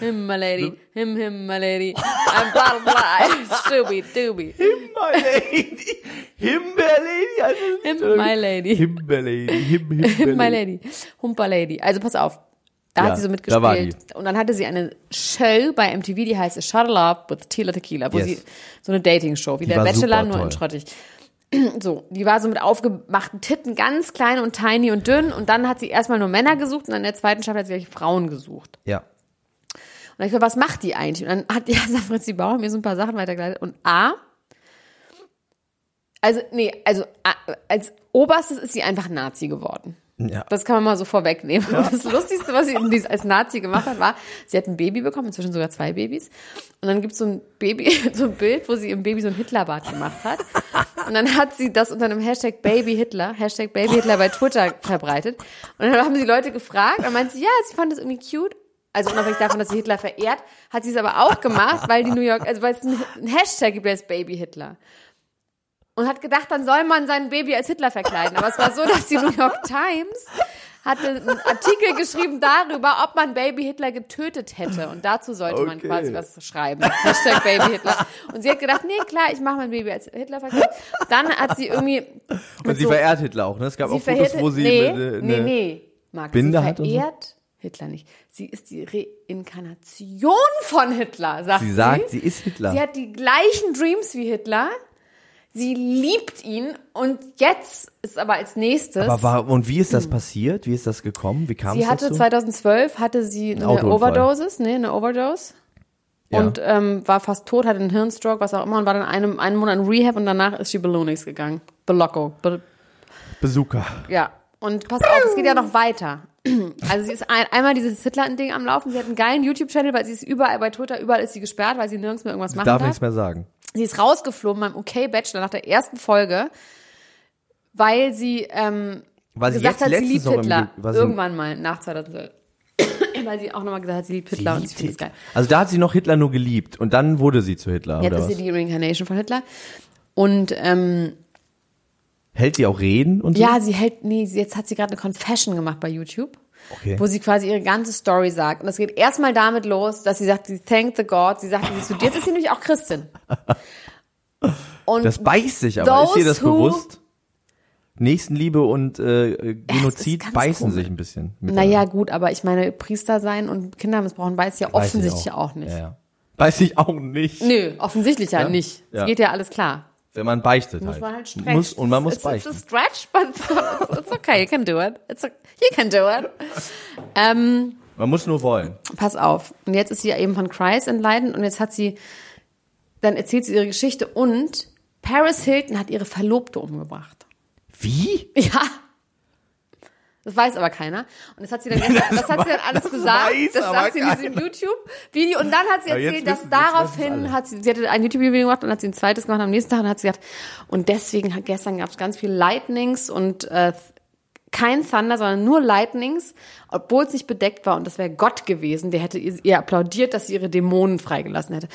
[SPEAKER 1] Him, my lady, him, him, my lady, I'm blah, blah, blah, Scooby, dooby,
[SPEAKER 2] Him, my lady. Himberlady. Also
[SPEAKER 1] him, my lady.
[SPEAKER 2] Himberlady. Him,
[SPEAKER 1] Pimp My
[SPEAKER 2] Himberlady.
[SPEAKER 1] Lady. Humper Lady. Also pass auf. Da
[SPEAKER 2] Ja,
[SPEAKER 1] hat sie so
[SPEAKER 2] da
[SPEAKER 1] mitgespielt.
[SPEAKER 2] war
[SPEAKER 1] Und dann hatte sie eine Show bei MTV, die heißt A Shuttle Up with Tila Tequila, wo
[SPEAKER 2] Yes.
[SPEAKER 1] sie so eine Dating-Show, wie der
[SPEAKER 2] war
[SPEAKER 1] Bachelor,
[SPEAKER 2] super
[SPEAKER 1] nur in
[SPEAKER 2] toll.
[SPEAKER 1] Schrottig. So, die war so mit aufgemachten Titten, ganz klein und tiny und dünn. Und dann hat sie erstmal nur Männer gesucht und dann in der zweiten Staffel hat sie gleich Frauen gesucht.
[SPEAKER 2] Ja.
[SPEAKER 1] Und ich dachte, was macht die eigentlich? Und dann hat ja Fritzi Bauer mir so ein paar Sachen weitergeleitet. Und A, also, nee, also A, als oberstes ist sie einfach Nazi geworden.
[SPEAKER 2] Ja.
[SPEAKER 1] Das kann man mal so vorwegnehmen. Und das Lustigste, was sie in dies- als Nazi gemacht hat, war, sie hat ein Baby bekommen, inzwischen sogar zwei Babys. Und dann gibt es so ein Baby, so ein Bild, wo sie im Baby so einen Hitlerbart gemacht hat. Und dann hat sie das unter einem Hashtag Baby Hitler, Hashtag Baby Hitler bei Twitter verbreitet. Und dann haben sie Leute gefragt und meinte sie, ja, sie fand das irgendwie cute. Also unabhängig davon, dass sie Hitler verehrt, hat sie es aber auch gemacht, weil die New York, also weil es einen einen Hashtag gibt, der ist Baby Hitler und hat gedacht, dann soll man sein Baby als Hitler verkleiden. Aber es war so, dass die New York Times hatte einen Artikel geschrieben darüber, ob man Baby Hitler getötet hätte. Und dazu sollte man
[SPEAKER 2] Okay.
[SPEAKER 1] quasi was schreiben. Hashtag Baby Hitler. Und sie hat gedacht, nee, klar, ich mache mein Baby als Hitler verkleidet. Dann hat sie irgendwie...
[SPEAKER 2] Und sie verehrt Hitler auch, ne? Es gab auch Fotos, wo sie
[SPEAKER 1] nee,
[SPEAKER 2] mit, äh,
[SPEAKER 1] nee,
[SPEAKER 2] ne-
[SPEAKER 1] nee. Marc,
[SPEAKER 2] Binde
[SPEAKER 1] sie
[SPEAKER 2] hat und so?
[SPEAKER 1] verehrt Hitler nicht. Sie ist die Reinkarnation von Hitler, sagt sie.
[SPEAKER 2] Sie sagt, sie ist Hitler.
[SPEAKER 1] Sie hat die gleichen Dreams wie Hitler. Sie liebt ihn und jetzt ist aber als nächstes.
[SPEAKER 2] Aber war, und wie ist das passiert? Wie ist das gekommen? Wie kam
[SPEAKER 1] Hm. sie
[SPEAKER 2] es
[SPEAKER 1] hatte
[SPEAKER 2] dazu?
[SPEAKER 1] 2012 hatte sie eine
[SPEAKER 2] Autounfall.
[SPEAKER 1] Overdosis, nee, eine Overdose
[SPEAKER 2] ja.
[SPEAKER 1] und ähm, war fast tot, hatte einen Hirnstroke, was auch immer und war dann einen, einen Monat in Rehab und danach ist sie Belonix gegangen. Belocco. Be
[SPEAKER 2] Besucher.
[SPEAKER 1] ja. Und pass auf, es geht ja noch weiter. Also sie ist ein, einmal dieses Hitler-Ding am Laufen. Sie hat einen geilen YouTube-Channel, weil sie ist überall bei Twitter, überall ist sie gesperrt, weil sie nirgends mehr irgendwas machen
[SPEAKER 2] Darf
[SPEAKER 1] darf.
[SPEAKER 2] nichts mehr sagen.
[SPEAKER 1] Sie ist rausgeflogen beim OK-Bachelor nach der ersten Folge, weil sie ähm,
[SPEAKER 2] Weil sie
[SPEAKER 1] gesagt
[SPEAKER 2] Also jetzt
[SPEAKER 1] hat, sie
[SPEAKER 2] letztens
[SPEAKER 1] liebt
[SPEAKER 2] noch im
[SPEAKER 1] Hitler.
[SPEAKER 2] Ju- was sie-
[SPEAKER 1] Irgendwann mal, nach 2012. weil sie auch nochmal gesagt hat, sie liebt Hitler und sie findet es geil.
[SPEAKER 2] Also da hat sie noch Hitler nur geliebt und dann wurde sie zu Hitler,
[SPEAKER 1] Jetzt
[SPEAKER 2] oder
[SPEAKER 1] ist
[SPEAKER 2] was? Mhm.
[SPEAKER 1] sie die Reincarnation von Hitler. Und ähm,
[SPEAKER 2] Hält sie auch Reden und so?
[SPEAKER 1] ja, sie hält, nee, sie- jetzt hat sie gerade eine Confession gemacht bei YouTube.
[SPEAKER 2] Okay.
[SPEAKER 1] Wo sie quasi ihre ganze Story sagt. Und das geht erstmal damit los, dass sie sagt, sie thank the God. Sie sagt, sie studiert, jetzt ist sie nämlich auch Christin. Und
[SPEAKER 2] Das beißt sich aber. Ist dir
[SPEAKER 1] Those
[SPEAKER 2] das
[SPEAKER 1] who-
[SPEAKER 2] bewusst? Nächstenliebe und äh, äh,
[SPEAKER 1] ist
[SPEAKER 2] Genozid
[SPEAKER 1] ganz
[SPEAKER 2] beißen
[SPEAKER 1] komisch.
[SPEAKER 2] sich ein bisschen.
[SPEAKER 1] Naja, gut, aber ich meine, Priester sein und Kinder missbrauchen weiß ja
[SPEAKER 2] Weiß ich
[SPEAKER 1] offensichtlich auch. nicht. Mhm.
[SPEAKER 2] Ja, ja. Beißt sich auch nicht.
[SPEAKER 1] Nö, offensichtlich ja, nicht.
[SPEAKER 2] Ja.
[SPEAKER 1] Es geht ja alles klar.
[SPEAKER 2] Wenn man beichtet
[SPEAKER 1] Muss man halt stretchen.
[SPEAKER 2] muss, und man muss
[SPEAKER 1] it's, it's a
[SPEAKER 2] beichten.
[SPEAKER 1] stretch, but it's, it's okay, you can do it. It's okay, you can do it. Ähm,
[SPEAKER 2] Man muss nur wollen.
[SPEAKER 1] pass auf. Und jetzt ist sie ja eben von Christ entleiden und jetzt hat sie, dann erzählt sie ihre Geschichte und Paris Hilton hat ihre Verlobte umgebracht.
[SPEAKER 2] Wie?
[SPEAKER 1] Ja. Das weiß aber keiner. Und das hat sie dann, gestern, das hat sie dann alles gesagt.
[SPEAKER 2] weiß
[SPEAKER 1] Das
[SPEAKER 2] aber
[SPEAKER 1] sagt sie in diesem
[SPEAKER 2] keiner.
[SPEAKER 1] YouTube-Video. Und dann hat sie
[SPEAKER 2] Aber jetzt
[SPEAKER 1] erzählt, dass
[SPEAKER 2] wissen- jetzt wissen
[SPEAKER 1] daraufhin
[SPEAKER 2] es
[SPEAKER 1] hat sie, sie hatte ein YouTube-Video gemacht und hat sie ein zweites gemacht am nächsten Tag und hat sie gesagt, und deswegen hat gestern gab es ganz viel Lightnings und äh, kein Thunder, sondern nur Lightnings, obwohl es nicht bedeckt war. Und das wäre Gott gewesen, der hätte ihr, ihr applaudiert, dass sie ihre Dämonen freigelassen hätte.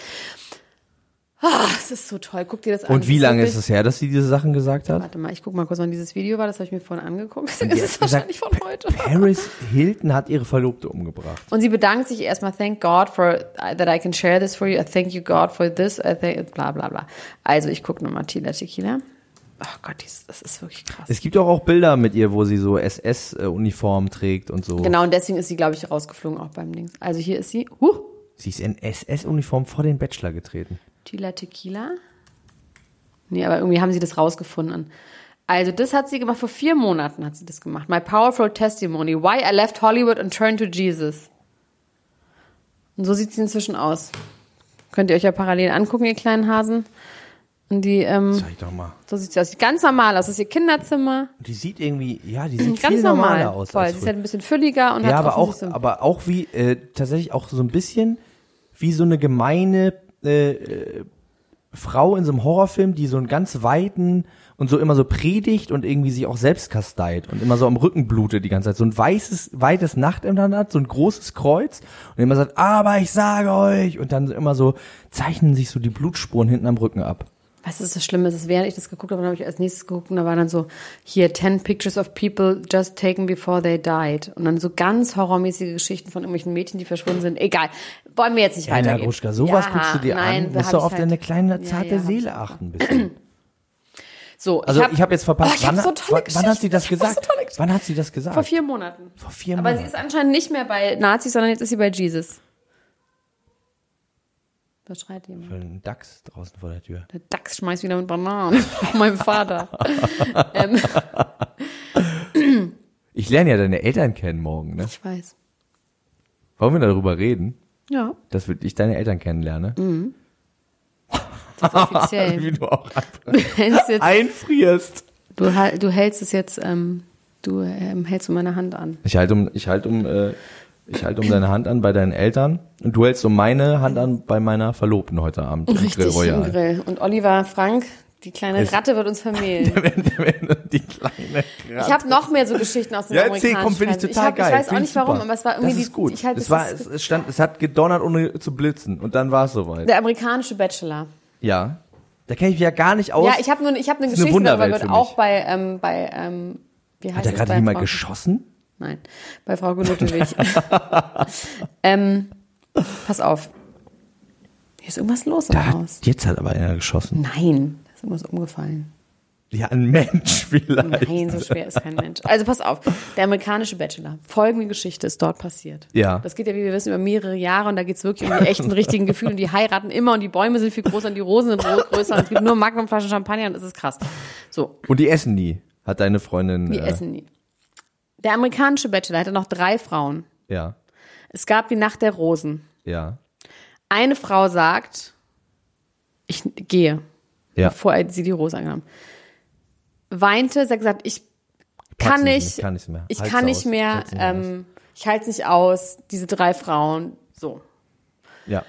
[SPEAKER 1] Ah, es ist so toll. Guck dir das an.
[SPEAKER 2] Und wie
[SPEAKER 1] Das
[SPEAKER 2] lange
[SPEAKER 1] wirklich-
[SPEAKER 2] ist es her, dass sie diese Sachen gesagt hat?
[SPEAKER 1] Warte mal, ich guck mal kurz, wann dieses Video war. Das habe ich mir vorhin angeguckt. Das
[SPEAKER 2] Die hat
[SPEAKER 1] ist wahrscheinlich von heute.
[SPEAKER 2] Pa- Paris Hilton hat ihre Verlobte umgebracht.
[SPEAKER 1] Und sie bedankt sich erstmal. Thank God for uh, that I can share this for you. I thank you God for this. I thank bla bla bla. Also ich gucke nochmal Tila Tequila. Oh Gott, dies- das ist wirklich krass.
[SPEAKER 2] Es gibt doch auch Bilder mit ihr, wo sie so SS-Uniform trägt und so.
[SPEAKER 1] genau, und deswegen ist sie, glaube ich, rausgeflogen auch beim Dings. Also hier ist sie. Huh,
[SPEAKER 2] Sie ist in SS-Uniform vor den Bachelor getreten.
[SPEAKER 1] Tila Tequila. Nee, aber irgendwie haben sie das rausgefunden. Also das hat sie gemacht, vor vier Monaten hat sie das gemacht. My Powerful Testimony, Why I Left Hollywood and Turned to Jesus. Und so sieht sie inzwischen aus. Könnt ihr euch ja parallel angucken, ihr kleinen Hasen. Und die, ähm,
[SPEAKER 2] Zeig doch mal.
[SPEAKER 1] so sieht sie aus. Sieht ganz normal aus. Das ist ihr Kinderzimmer.
[SPEAKER 2] Die sieht irgendwie, ja, die sieht
[SPEAKER 1] Mhm, Ganz
[SPEAKER 2] viel
[SPEAKER 1] normal.
[SPEAKER 2] normaler aus.
[SPEAKER 1] Voll.
[SPEAKER 2] als
[SPEAKER 1] Sie ist
[SPEAKER 2] früher.
[SPEAKER 1] halt ein bisschen fülliger und
[SPEAKER 2] ja,
[SPEAKER 1] hat
[SPEAKER 2] aber auch,
[SPEAKER 1] offensichtlich so-
[SPEAKER 2] aber auch wie, äh, tatsächlich auch so ein bisschen wie so eine gemeine äh, äh, Frau in so einem Horrorfilm, die so einen ganz weiten und so immer so predigt und irgendwie sich auch selbst kasteit und immer so am Rücken blutet die ganze Zeit. So ein weißes, weites Nachthemd dann hat, so ein großes Kreuz und immer sagt, aber ich sage euch und dann immer so zeichnen sich so die Blutspuren hinten am Rücken ab.
[SPEAKER 1] Weißt du, was das Schlimme ist? Es, Während ich das geguckt habe, dann habe ich als nächstes geguckt und da waren dann so, hier, 10 pictures of people just taken before they died. Und dann so ganz horrormäßige Geschichten von irgendwelchen Mädchen, die verschwunden sind. Egal. Wollen wir jetzt nicht
[SPEAKER 2] Anna
[SPEAKER 1] weitergehen.
[SPEAKER 2] Gruschka, sowas
[SPEAKER 1] Ja,
[SPEAKER 2] guckst du dir
[SPEAKER 1] nein,
[SPEAKER 2] an,
[SPEAKER 1] da
[SPEAKER 2] musst
[SPEAKER 1] hab
[SPEAKER 2] du
[SPEAKER 1] ich
[SPEAKER 2] auf
[SPEAKER 1] halt-
[SPEAKER 2] deine kleine,
[SPEAKER 1] Ja,
[SPEAKER 2] zarte
[SPEAKER 1] ja, hab
[SPEAKER 2] Seele achten ein bisschen.
[SPEAKER 1] So,
[SPEAKER 2] Also ich
[SPEAKER 1] ich
[SPEAKER 2] habe
[SPEAKER 1] habe hab
[SPEAKER 2] jetzt verpasst,
[SPEAKER 1] Oh, ich hab
[SPEAKER 2] wann,
[SPEAKER 1] so tolle
[SPEAKER 2] wann, wann hat sie
[SPEAKER 1] Geschichten.
[SPEAKER 2] das
[SPEAKER 1] Ich hab so
[SPEAKER 2] gesagt?
[SPEAKER 1] tolle Geschichten.
[SPEAKER 2] wann hat sie das gesagt?
[SPEAKER 1] vor vier Monaten.
[SPEAKER 2] Vor vier
[SPEAKER 1] Aber sie
[SPEAKER 2] Monaten.
[SPEAKER 1] ist anscheinend nicht mehr bei Nazis, sondern jetzt ist sie bei Jesus. Da schreit jemand.
[SPEAKER 2] Ein Dachs draußen vor der Tür.
[SPEAKER 1] Der Dachs schmeißt wieder mit Bananen. mein Vater. ähm,
[SPEAKER 2] Ich lerne ja deine Eltern kennen morgen, ne?
[SPEAKER 1] ich weiß.
[SPEAKER 2] Wollen wir darüber reden?
[SPEAKER 1] Ja,
[SPEAKER 2] Dass wir- ich deine Eltern kennenlerne.
[SPEAKER 1] Mhm. offiziell.
[SPEAKER 2] Wie du auch
[SPEAKER 1] Du hältst jetzt
[SPEAKER 2] einfrierst.
[SPEAKER 1] Du, hal- du hältst es jetzt, ähm, du ähm, hältst um meine Hand an.
[SPEAKER 2] Ich halte um, ich halte um, äh, ich halte um deine Hand an bei deinen Eltern und du hältst um meine Hand an bei meiner Verlobten heute Abend. im Grill
[SPEAKER 1] im
[SPEAKER 2] Royal.
[SPEAKER 1] Grill. Und Oliver Frank, die kleine
[SPEAKER 2] Ist-
[SPEAKER 1] Ratte wird uns vermählen.
[SPEAKER 2] Die kleine Ratte.
[SPEAKER 1] Ich habe noch mehr so Geschichten aus dem
[SPEAKER 2] Ja, erzähl,
[SPEAKER 1] amerikanischen
[SPEAKER 2] komm, finde ich
[SPEAKER 1] Fernsehen.
[SPEAKER 2] total
[SPEAKER 1] hab-
[SPEAKER 2] geil.
[SPEAKER 1] Ich weiß auch
[SPEAKER 2] Find
[SPEAKER 1] nicht warum,
[SPEAKER 2] super.
[SPEAKER 1] aber es war irgendwie
[SPEAKER 2] das
[SPEAKER 1] die,
[SPEAKER 2] ist gut.
[SPEAKER 1] Ich halt,
[SPEAKER 2] es,
[SPEAKER 1] das
[SPEAKER 2] war,
[SPEAKER 1] ist
[SPEAKER 2] es, es, stand, es hat gedonnert, ohne zu blitzen. Und dann war es soweit.
[SPEAKER 1] der amerikanische Bachelor.
[SPEAKER 2] Ja. Da kenne ich mich ja gar nicht aus.
[SPEAKER 1] Ja, ich habe nur, ich habe eine
[SPEAKER 2] ist eine
[SPEAKER 1] Geschichte, darüber
[SPEAKER 2] Wunderwelt
[SPEAKER 1] wird
[SPEAKER 2] für
[SPEAKER 1] auch
[SPEAKER 2] mich.
[SPEAKER 1] bei, ähm, bei, ähm, wie heißt
[SPEAKER 2] Hat da
[SPEAKER 1] es,
[SPEAKER 2] gerade
[SPEAKER 1] bei
[SPEAKER 2] jemand
[SPEAKER 1] Frau-
[SPEAKER 2] geschossen?
[SPEAKER 1] Nein, bei Frau Ludwig. ähm, pass auf. Hier ist irgendwas los im
[SPEAKER 2] Da
[SPEAKER 1] Haus.
[SPEAKER 2] hat, jetzt hat aber einer geschossen.
[SPEAKER 1] Nein, da ist irgendwas umgefallen.
[SPEAKER 2] Ja, ein Mensch vielleicht.
[SPEAKER 4] Nein, so schwer ist kein Mensch. Also pass auf, der amerikanische Bachelor. Folgende Geschichte ist dort passiert.
[SPEAKER 2] Ja.
[SPEAKER 4] Das geht ja, wie wir wissen, über mehrere Jahre und da geht's wirklich um die echten, richtigen Gefühle und die heiraten immer und die Bäume sind viel größer und die Rosen sind ro- größer und es gibt nur Magnumflaschen Champagner und es ist krass. So,
[SPEAKER 2] Und die essen nie, hat deine Freundin.
[SPEAKER 4] die
[SPEAKER 2] äh,
[SPEAKER 4] essen nie. Der amerikanische Bachelor hatte noch drei Frauen.
[SPEAKER 2] Ja,
[SPEAKER 4] Es gab die Nacht der Rosen.
[SPEAKER 2] ja,
[SPEAKER 4] Eine Frau sagt, ich gehe,
[SPEAKER 2] ja.
[SPEAKER 4] bevor er- sie die Rose angenommen. Weinte, sie hat gesagt, ich
[SPEAKER 2] Pack's
[SPEAKER 4] kann
[SPEAKER 2] nicht
[SPEAKER 4] nicht,
[SPEAKER 2] mehr, kann nicht mehr.
[SPEAKER 4] ich
[SPEAKER 2] Halt's
[SPEAKER 4] kann
[SPEAKER 2] aus,
[SPEAKER 4] nicht mehr,
[SPEAKER 2] halt's nicht mehr
[SPEAKER 4] ähm, ich halte es nicht aus, diese drei Frauen, so.
[SPEAKER 2] Ja,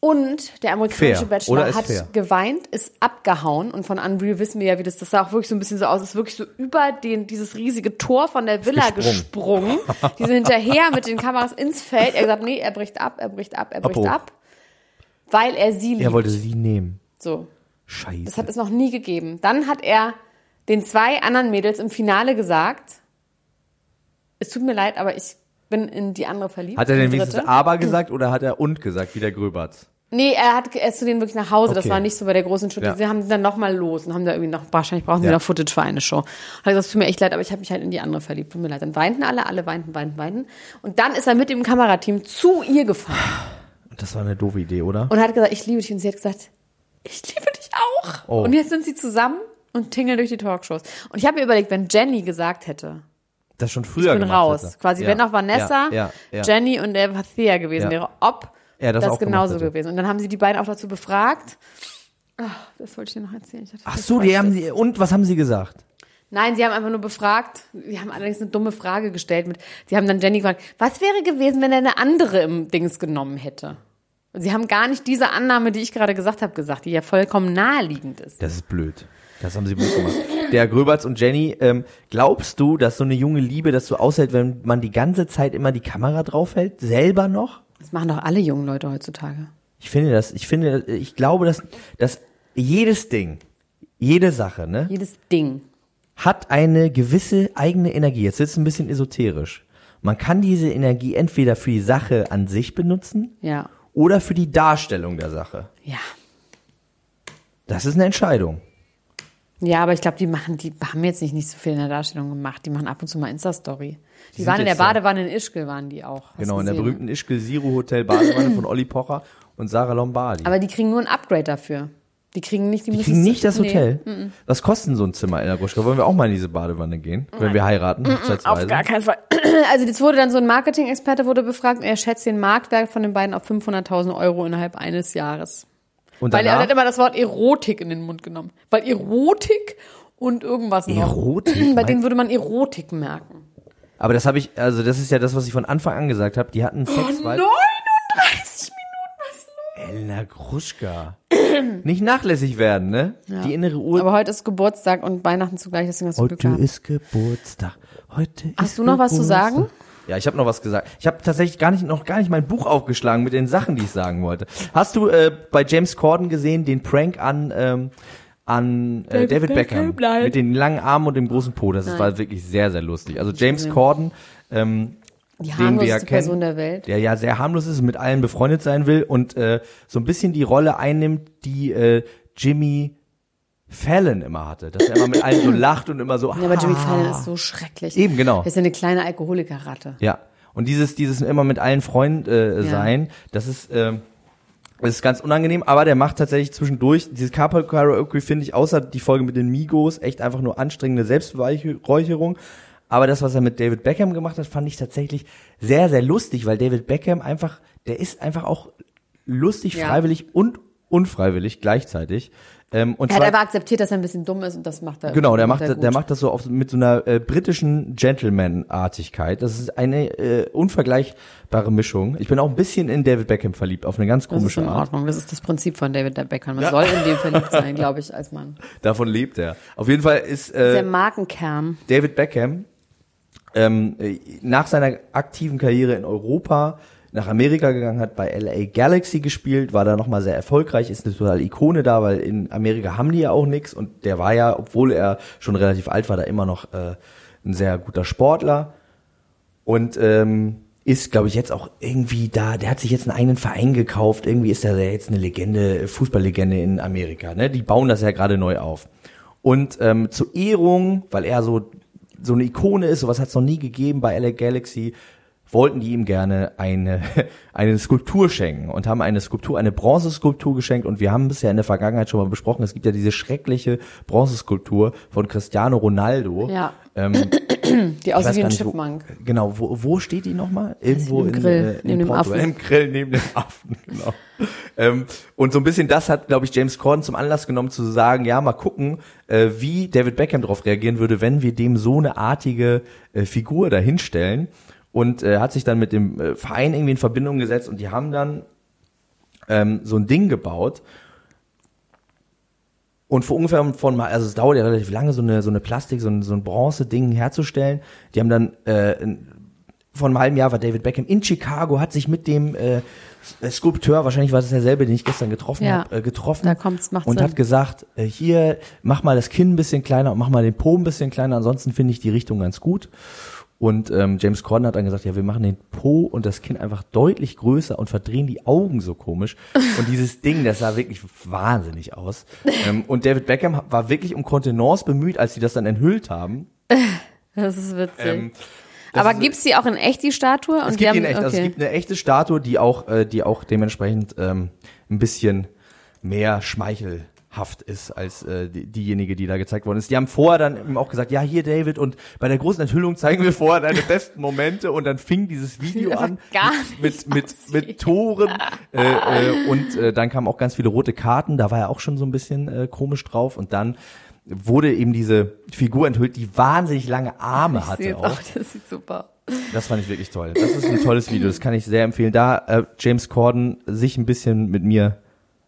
[SPEAKER 4] Und der amerikanische
[SPEAKER 2] Fair, oder
[SPEAKER 4] Bachelor
[SPEAKER 2] ist
[SPEAKER 4] hat
[SPEAKER 2] fair?
[SPEAKER 4] geweint, ist abgehauen und von Unreal wissen wir ja, wie das, das sah auch wirklich so ein bisschen so aus, ist wirklich so über den, dieses riesige Tor von der Villa gesprungen. Die sind hinterher mit den Kameras ins Feld. Er sagt, nee, er bricht ab, er bricht ab, er bricht
[SPEAKER 2] Abbruch.
[SPEAKER 4] ab. Weil er sie liebt.
[SPEAKER 2] er wollte sie nehmen.
[SPEAKER 4] so.
[SPEAKER 2] Scheiße.
[SPEAKER 4] Das hat es noch nie gegeben. Dann hat er den zwei anderen Mädels im Finale gesagt, es tut mir leid, aber ich bin in die andere verliebt.
[SPEAKER 2] Hat er
[SPEAKER 4] die
[SPEAKER 2] denn wenigstens
[SPEAKER 4] dritte.
[SPEAKER 2] aber gesagt oder hat er und gesagt, wie der Gröberts?
[SPEAKER 4] Nee, er hat er ist zu denen wirklich nach Hause. Das
[SPEAKER 2] Okay.
[SPEAKER 4] war nicht so bei der großen Show.
[SPEAKER 2] Ja.
[SPEAKER 4] Sie haben dann nochmal los und haben da irgendwie noch, wahrscheinlich brauchen sie
[SPEAKER 2] Ja.
[SPEAKER 4] noch Footage für eine Show. Hat er gesagt, es tut mir echt leid, aber ich habe mich halt in die andere verliebt. Tut mir leid. Dann weinten alle, alle weinten, weinten, weinten. Und dann ist er mit dem Kamerateam zu ihr gefahren.
[SPEAKER 2] Das war eine doofe Idee, oder?
[SPEAKER 4] und hat gesagt, ich liebe dich. Und sie hat gesagt, ich liebe dich auch.
[SPEAKER 2] Oh.
[SPEAKER 4] Und jetzt sind sie zusammen und tingeln durch die Talkshows. Und ich habe mir überlegt, wenn Jenny gesagt hätte,
[SPEAKER 2] Das schon
[SPEAKER 4] ich
[SPEAKER 2] früher
[SPEAKER 4] bin
[SPEAKER 2] gemacht
[SPEAKER 4] raus,
[SPEAKER 2] hätte.
[SPEAKER 4] quasi,
[SPEAKER 2] Ja,
[SPEAKER 4] wenn auch Vanessa,
[SPEAKER 2] ja, ja, ja.
[SPEAKER 4] Jenny und der Thea gewesen
[SPEAKER 2] Ja.
[SPEAKER 4] wäre, ob
[SPEAKER 2] Er das
[SPEAKER 4] das,
[SPEAKER 2] auch gemacht
[SPEAKER 4] genauso
[SPEAKER 2] hätte.
[SPEAKER 4] gewesen. Und dann haben sie die beiden auch dazu befragt. Ach, Ah, das wollte ich dir noch erzählen. Ich hatte
[SPEAKER 2] Ach
[SPEAKER 4] das
[SPEAKER 2] so, die
[SPEAKER 4] voll
[SPEAKER 2] haben
[SPEAKER 4] vergessen.
[SPEAKER 2] sie, und was haben sie gesagt?
[SPEAKER 4] Nein, sie haben einfach nur befragt. Sie haben allerdings eine dumme Frage gestellt. Mit, sie haben dann Jenny gefragt, was wäre gewesen, wenn er eine andere im Dings genommen hätte? Und sie haben gar nicht diese Annahme, die ich gerade gesagt habe, gesagt, die ja vollkommen naheliegend ist.
[SPEAKER 2] Das ist blöd. Das haben sie blöd gemacht. Der Gröberts und Jenny, ähm, glaubst du, dass so eine junge Liebe das so aushält, wenn man die ganze Zeit immer die Kamera draufhält? Selber noch?
[SPEAKER 4] Das machen doch alle jungen Leute heutzutage.
[SPEAKER 2] Ich finde das, ich finde, ich glaube, dass, dass jedes Ding, jede Sache, ne,
[SPEAKER 4] Jedes Ding.
[SPEAKER 2] hat eine gewisse eigene Energie. Jetzt ist es ein bisschen esoterisch. Man kann diese Energie entweder für die Sache an sich benutzen
[SPEAKER 4] Ja.
[SPEAKER 2] oder für die Darstellung der Sache.
[SPEAKER 4] Ja.
[SPEAKER 2] Das ist eine Entscheidung.
[SPEAKER 4] Ja, aber ich glaube, die machen, die haben jetzt nicht, nicht so viel in der Darstellung gemacht. Die machen ab und zu mal Insta-Story. Die,
[SPEAKER 2] sind
[SPEAKER 4] waren in der
[SPEAKER 2] jetzt da.
[SPEAKER 4] Badewanne in Ischgl, waren die auch. Hast
[SPEAKER 2] genau, in der
[SPEAKER 4] gesehen, ne?
[SPEAKER 2] berühmten Ischgl Zero Hotel Badewanne von Olli Pocher und Sarah Lombardi.
[SPEAKER 4] Aber die kriegen nur ein Upgrade dafür. Die kriegen nicht, die,
[SPEAKER 2] die
[SPEAKER 4] müssen
[SPEAKER 2] kriegen
[SPEAKER 4] es-
[SPEAKER 2] nicht das
[SPEAKER 4] Nee.
[SPEAKER 2] Hotel. Was kostet so ein Zimmer in der Gruschka? Wollen wir auch mal in diese Badewanne gehen, wenn wir heiraten,
[SPEAKER 4] Auf
[SPEAKER 2] hochzeitsweise?
[SPEAKER 4] gar keinen Fall. Also das wurde dann so ein Marketing-Experte wurde befragt und er schätzt den Marktwert von den beiden auf 500.000 Euro innerhalb eines Jahres.
[SPEAKER 2] Und
[SPEAKER 4] Weil er
[SPEAKER 2] danach,
[SPEAKER 4] hat immer das Wort Erotik in den Mund genommen. Weil Erotik und irgendwas noch.
[SPEAKER 2] Erotik?
[SPEAKER 4] Bei denen würde man Erotik merken.
[SPEAKER 2] aber das habe ich, also das ist ja das, was ich von Anfang an gesagt habe. Die
[SPEAKER 4] Oh,
[SPEAKER 2] hatten Sex, weil...
[SPEAKER 4] 39
[SPEAKER 2] Elena Gruschka. Nicht nachlässig werden, ne? Die innere Uhr.
[SPEAKER 4] Aber heute ist Geburtstag und Weihnachten zugleich, deswegen hast du Glück
[SPEAKER 2] heute
[SPEAKER 4] gehabt.
[SPEAKER 2] ist Geburtstag. Heute
[SPEAKER 4] Hast
[SPEAKER 2] ist
[SPEAKER 4] du noch was zu
[SPEAKER 2] Geburtstag.
[SPEAKER 4] sagen?
[SPEAKER 2] Ja, ich habe noch was gesagt. Ich habe tatsächlich gar nicht, noch gar nicht mein Buch aufgeschlagen mit den Sachen, die ich sagen wollte. Hast du äh, bei James Corden gesehen den Prank an ähm, an äh, David, Beckham mit den langen Armen und dem großen Po? Das war wirklich sehr sehr lustig. Also James Corden, ähm,
[SPEAKER 4] Die
[SPEAKER 2] den wir ja
[SPEAKER 4] harmloseste
[SPEAKER 2] kennen,
[SPEAKER 4] Person der Welt.
[SPEAKER 2] der ja sehr harmlos ist, und mit allen befreundet sein will und äh, so ein bisschen die Rolle einnimmt, die äh, Jimmy Fallon immer hatte, dass er immer mit allen so lacht und immer so.
[SPEAKER 4] Ja, aber Jimmy Fallon ist so schrecklich.
[SPEAKER 2] Eben, genau.
[SPEAKER 4] Er ist eine kleine Alkoholikerratte.
[SPEAKER 2] Ja. Und dieses, dieses immer mit allen Freunden äh, sein, das ist, ähm, das ist ganz unangenehm, aber der macht tatsächlich zwischendurch, dieses Carpool Karaoke finde ich, außer die Folge mit den Migos, echt einfach nur anstrengende Selbstbeweihräucherung. Aber das, was er mit David Beckham gemacht hat, fand ich tatsächlich sehr, sehr lustig, weil David Beckham einfach, der ist einfach auch lustig,
[SPEAKER 4] Ja.
[SPEAKER 2] freiwillig und unfreiwillig gleichzeitig. Ähm, und
[SPEAKER 4] Er hat
[SPEAKER 2] zwar-
[SPEAKER 4] aber akzeptiert, dass er ein bisschen dumm ist und Also das macht er.
[SPEAKER 2] Genau, der
[SPEAKER 4] macht
[SPEAKER 2] macht,
[SPEAKER 4] er gut.
[SPEAKER 2] der macht das so auf, mit so einer äh, britischen Gentleman-Artigkeit. Das ist eine äh, unvergleichbare Mischung. Ich bin auch ein bisschen in David Beckham verliebt, auf eine ganz
[SPEAKER 4] Das ist
[SPEAKER 2] komische
[SPEAKER 4] in
[SPEAKER 2] Art.
[SPEAKER 4] Ordnung. Das ist das Prinzip von David Beckham. Man soll in dem verliebt sein, glaube ich, als Mann.
[SPEAKER 2] Davon lebt er. Auf jeden Fall ist
[SPEAKER 4] Das ist
[SPEAKER 2] äh,
[SPEAKER 4] der Markenkern.
[SPEAKER 2] David Beckham ähm, äh, nach seiner aktiven Karriere in Europa nach Amerika gegangen hat, bei LA Galaxy gespielt, war da nochmal sehr erfolgreich, ist eine totale Ikone da, weil in Amerika haben die ja auch nix und der war ja, obwohl er schon relativ alt war, da immer noch äh, ein sehr guter Sportler und ähm, ist, glaube ich, jetzt auch irgendwie da, der hat sich jetzt einen eigenen Verein gekauft, irgendwie ist er ja jetzt eine Legende, Fußballlegende in Amerika, ne? Die bauen das ja gerade neu auf. Und ähm, zur Ehrung, weil er so, so eine Ikone ist, sowas hat es noch nie gegeben bei LA Galaxy, wollten die ihm gerne eine, eine Skulptur schenken und haben eine Skulptur, eine Bronzeskulptur geschenkt und wir haben bisher in der Vergangenheit schon mal besprochen, es gibt ja diese schreckliche Bronzeskulptur von Cristiano Ronaldo.
[SPEAKER 4] Ja.
[SPEAKER 2] Ähm,
[SPEAKER 4] Die
[SPEAKER 2] ich weiß
[SPEAKER 4] aussieht wie ein
[SPEAKER 2] gar nicht, wo,
[SPEAKER 4] Chipmunk. Also
[SPEAKER 2] genau, wo, wo steht die nochmal? Irgendwo
[SPEAKER 4] Im
[SPEAKER 2] in,
[SPEAKER 4] Grill,
[SPEAKER 2] äh, in
[SPEAKER 4] neben dem
[SPEAKER 2] Portugal.
[SPEAKER 4] Affen.
[SPEAKER 2] Im Grill neben dem Affen, genau. ähm, und so ein bisschen das hat, glaube ich, James Corden zum Anlass genommen zu sagen, ja, mal gucken, äh, wie David Beckham darauf reagieren würde, wenn wir dem so eine artige äh, Figur dahinstellen. Und äh, hat sich dann mit dem äh, Verein irgendwie in Verbindung gesetzt und die haben dann ähm, so ein Ding gebaut. Und vor ungefähr von, mal- also es dauert ja relativ lange, so eine, so eine Plastik, so ein, so ein Bronze-Ding herzustellen. Die haben dann äh, von einem halben Jahr war David Beckham in Chicago, hat sich mit dem äh, S- Skulpteur, wahrscheinlich war es derselbe, den ich gestern getroffen
[SPEAKER 4] Ja.
[SPEAKER 2] habe, äh, getroffen.
[SPEAKER 4] Da kommt's, macht's
[SPEAKER 2] Und
[SPEAKER 4] Sinn.
[SPEAKER 2] hat gesagt, äh, hier, mach mal das Kinn ein bisschen kleiner und mach mal den Po ein bisschen kleiner, ansonsten finde ich die Richtung ganz gut. Und ähm, James Corden hat dann gesagt, ja, wir machen den Po und das Kinn einfach deutlich größer und verdrehen die Augen so komisch. Und dieses Ding, das sah wirklich wahnsinnig aus. Ähm, und David Beckham war wirklich um Kontenance bemüht, als sie das dann enthüllt haben.
[SPEAKER 4] Das ist witzig.
[SPEAKER 2] Ähm, das
[SPEAKER 4] Aber
[SPEAKER 2] ist-
[SPEAKER 4] gibt's die auch in echt, die Statue? Und
[SPEAKER 2] es
[SPEAKER 4] die
[SPEAKER 2] gibt
[SPEAKER 4] haben,
[SPEAKER 2] ihn echt. Also es
[SPEAKER 4] okay.
[SPEAKER 2] gibt eine echte Statue, die auch, äh, die auch dementsprechend ähm, ein bisschen mehr schmeichelhaft ist als äh, die, diejenige, die da gezeigt worden ist. Die haben vorher dann eben auch gesagt, ja hier David und bei der großen Enthüllung zeigen wir vorher deine besten Momente und dann fing dieses Video an
[SPEAKER 4] gar
[SPEAKER 2] mit mit mit, mit Toren äh, äh, und äh, dann kamen auch ganz viele rote Karten. Da war er auch schon so ein bisschen äh, komisch drauf und dann wurde eben diese Figur enthüllt, die wahnsinnig lange Arme hatte auch.
[SPEAKER 4] das sieht super.
[SPEAKER 2] Das fand ich wirklich toll. Das ist ein tolles Video, das kann ich sehr empfehlen. Da äh, James Corden sich ein bisschen mit mir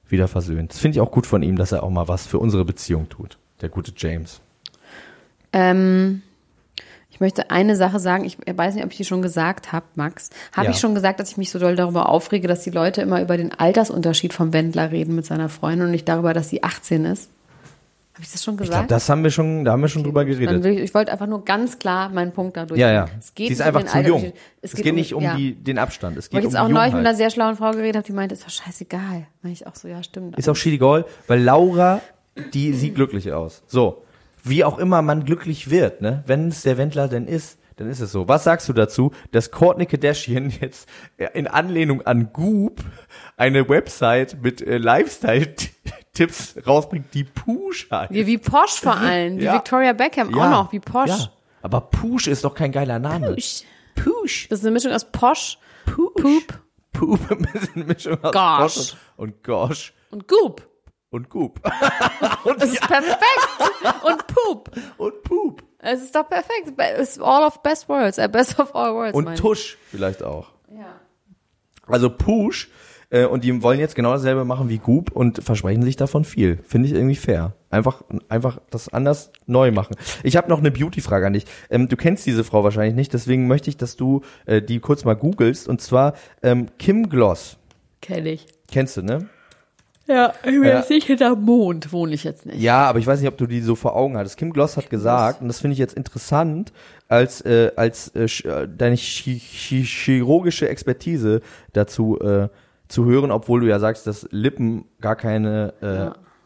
[SPEAKER 2] wieder versöhnt. Das finde ich auch gut von ihm, dass er auch mal was für unsere Beziehung tut. Der gute James.
[SPEAKER 4] Ähm, ich möchte eine Sache sagen. Ich weiß nicht, ob ich die schon gesagt habe, Max. Habe
[SPEAKER 2] Ja.
[SPEAKER 4] ich schon gesagt, dass ich mich so doll darüber aufrege, dass die Leute immer über den Altersunterschied vom Wendler reden mit seiner Freundin und nicht darüber, dass sie 18 ist? Habe ich das schon
[SPEAKER 2] Ich glaube,
[SPEAKER 4] gesagt?
[SPEAKER 2] das haben wir schon, da haben wir schon drüber
[SPEAKER 4] Dann
[SPEAKER 2] geredet.
[SPEAKER 4] will ich ich wollte einfach nur ganz klar meinen Punkt dadurch.
[SPEAKER 2] Ja, ja.
[SPEAKER 4] Es geht
[SPEAKER 2] Sie ist
[SPEAKER 4] nicht
[SPEAKER 2] einfach
[SPEAKER 4] um den
[SPEAKER 2] zu jung.
[SPEAKER 4] Altersunterschied.
[SPEAKER 2] Es geht, nicht um
[SPEAKER 4] ja.
[SPEAKER 2] die, den Abstand. Es
[SPEAKER 4] Weil
[SPEAKER 2] geht
[SPEAKER 4] ich jetzt
[SPEAKER 2] um
[SPEAKER 4] auch
[SPEAKER 2] die
[SPEAKER 4] neulich mit einer
[SPEAKER 2] Jungheit.
[SPEAKER 4] sehr schlauen Frau geredet habe, die meinte, ist doch scheißegal. Meine ich auch so, ja, stimmt.
[SPEAKER 2] Ist auch schiedegal, weil Laura, die sieht glücklich aus. So. Wie auch immer man glücklich wird, ne? Wenn es der Wendler denn ist, dann ist es so. Was sagst du dazu, dass Courtney Kardashian jetzt in Anlehnung an Goop eine Website mit äh, Lifestyle-Tipps rausbringt, die Push heißt?
[SPEAKER 4] Ja, wie Porsche vor allem, wie
[SPEAKER 2] Ja.
[SPEAKER 4] Victoria Beckham auch noch, wie Porsche.
[SPEAKER 2] Ja. Aber Push ist doch kein geiler Name.
[SPEAKER 4] Push.
[SPEAKER 2] Push.
[SPEAKER 4] Das ist eine Mischung aus Porsche, Poop,
[SPEAKER 2] Poop. ein bisschen Mischung aus
[SPEAKER 4] Gosh.
[SPEAKER 2] Porsche und Gosh
[SPEAKER 4] und Goop.
[SPEAKER 2] und Goop. und,
[SPEAKER 4] Das ist perfekt. und Poop.
[SPEAKER 2] und Poop.
[SPEAKER 4] Es ist doch perfekt. Be- It's all of best words, äh, best of all words.
[SPEAKER 2] Und
[SPEAKER 4] meine ich.
[SPEAKER 2] Tusch vielleicht auch. Ja. Also Push. äh, Und die wollen jetzt genau dasselbe machen wie Goop und versprechen sich davon viel. Finde ich irgendwie fair. Einfach, einfach das anders neu machen. Ich habe noch eine Beauty-Frage an dich. Ähm, du kennst diese Frau wahrscheinlich nicht, deswegen möchte ich, dass du äh, die kurz mal googelst. Und zwar ähm, Kim Gloss.
[SPEAKER 4] Kenn ich.
[SPEAKER 2] Kennst du, ne?
[SPEAKER 4] Ja, ich bin
[SPEAKER 2] jetzt
[SPEAKER 4] nicht hinter Mond, wohne ich jetzt nicht.
[SPEAKER 2] Ja, aber ich weiß nicht, ob du die so vor Augen hattest. Kim Gloss hat gesagt, und das finde ich jetzt interessant, als, äh, als äh, sch- äh, deine chi chi chirurgische Expertise dazu äh, zu hören, obwohl du ja sagst, dass Lippen gar keine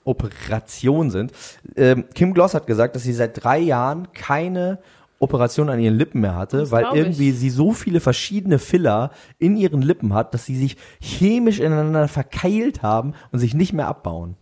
[SPEAKER 2] äh, Operation sind. Ähm, Kim Gloss hat gesagt, dass sie seit drei Jahren keine Operation an ihren Lippen mehr hatte, weil
[SPEAKER 4] glaub ich.
[SPEAKER 2] irgendwie sie so viele verschiedene Filler in ihren Lippen hat, dass sie sich chemisch ineinander verkeilt haben und sich nicht mehr abbauen.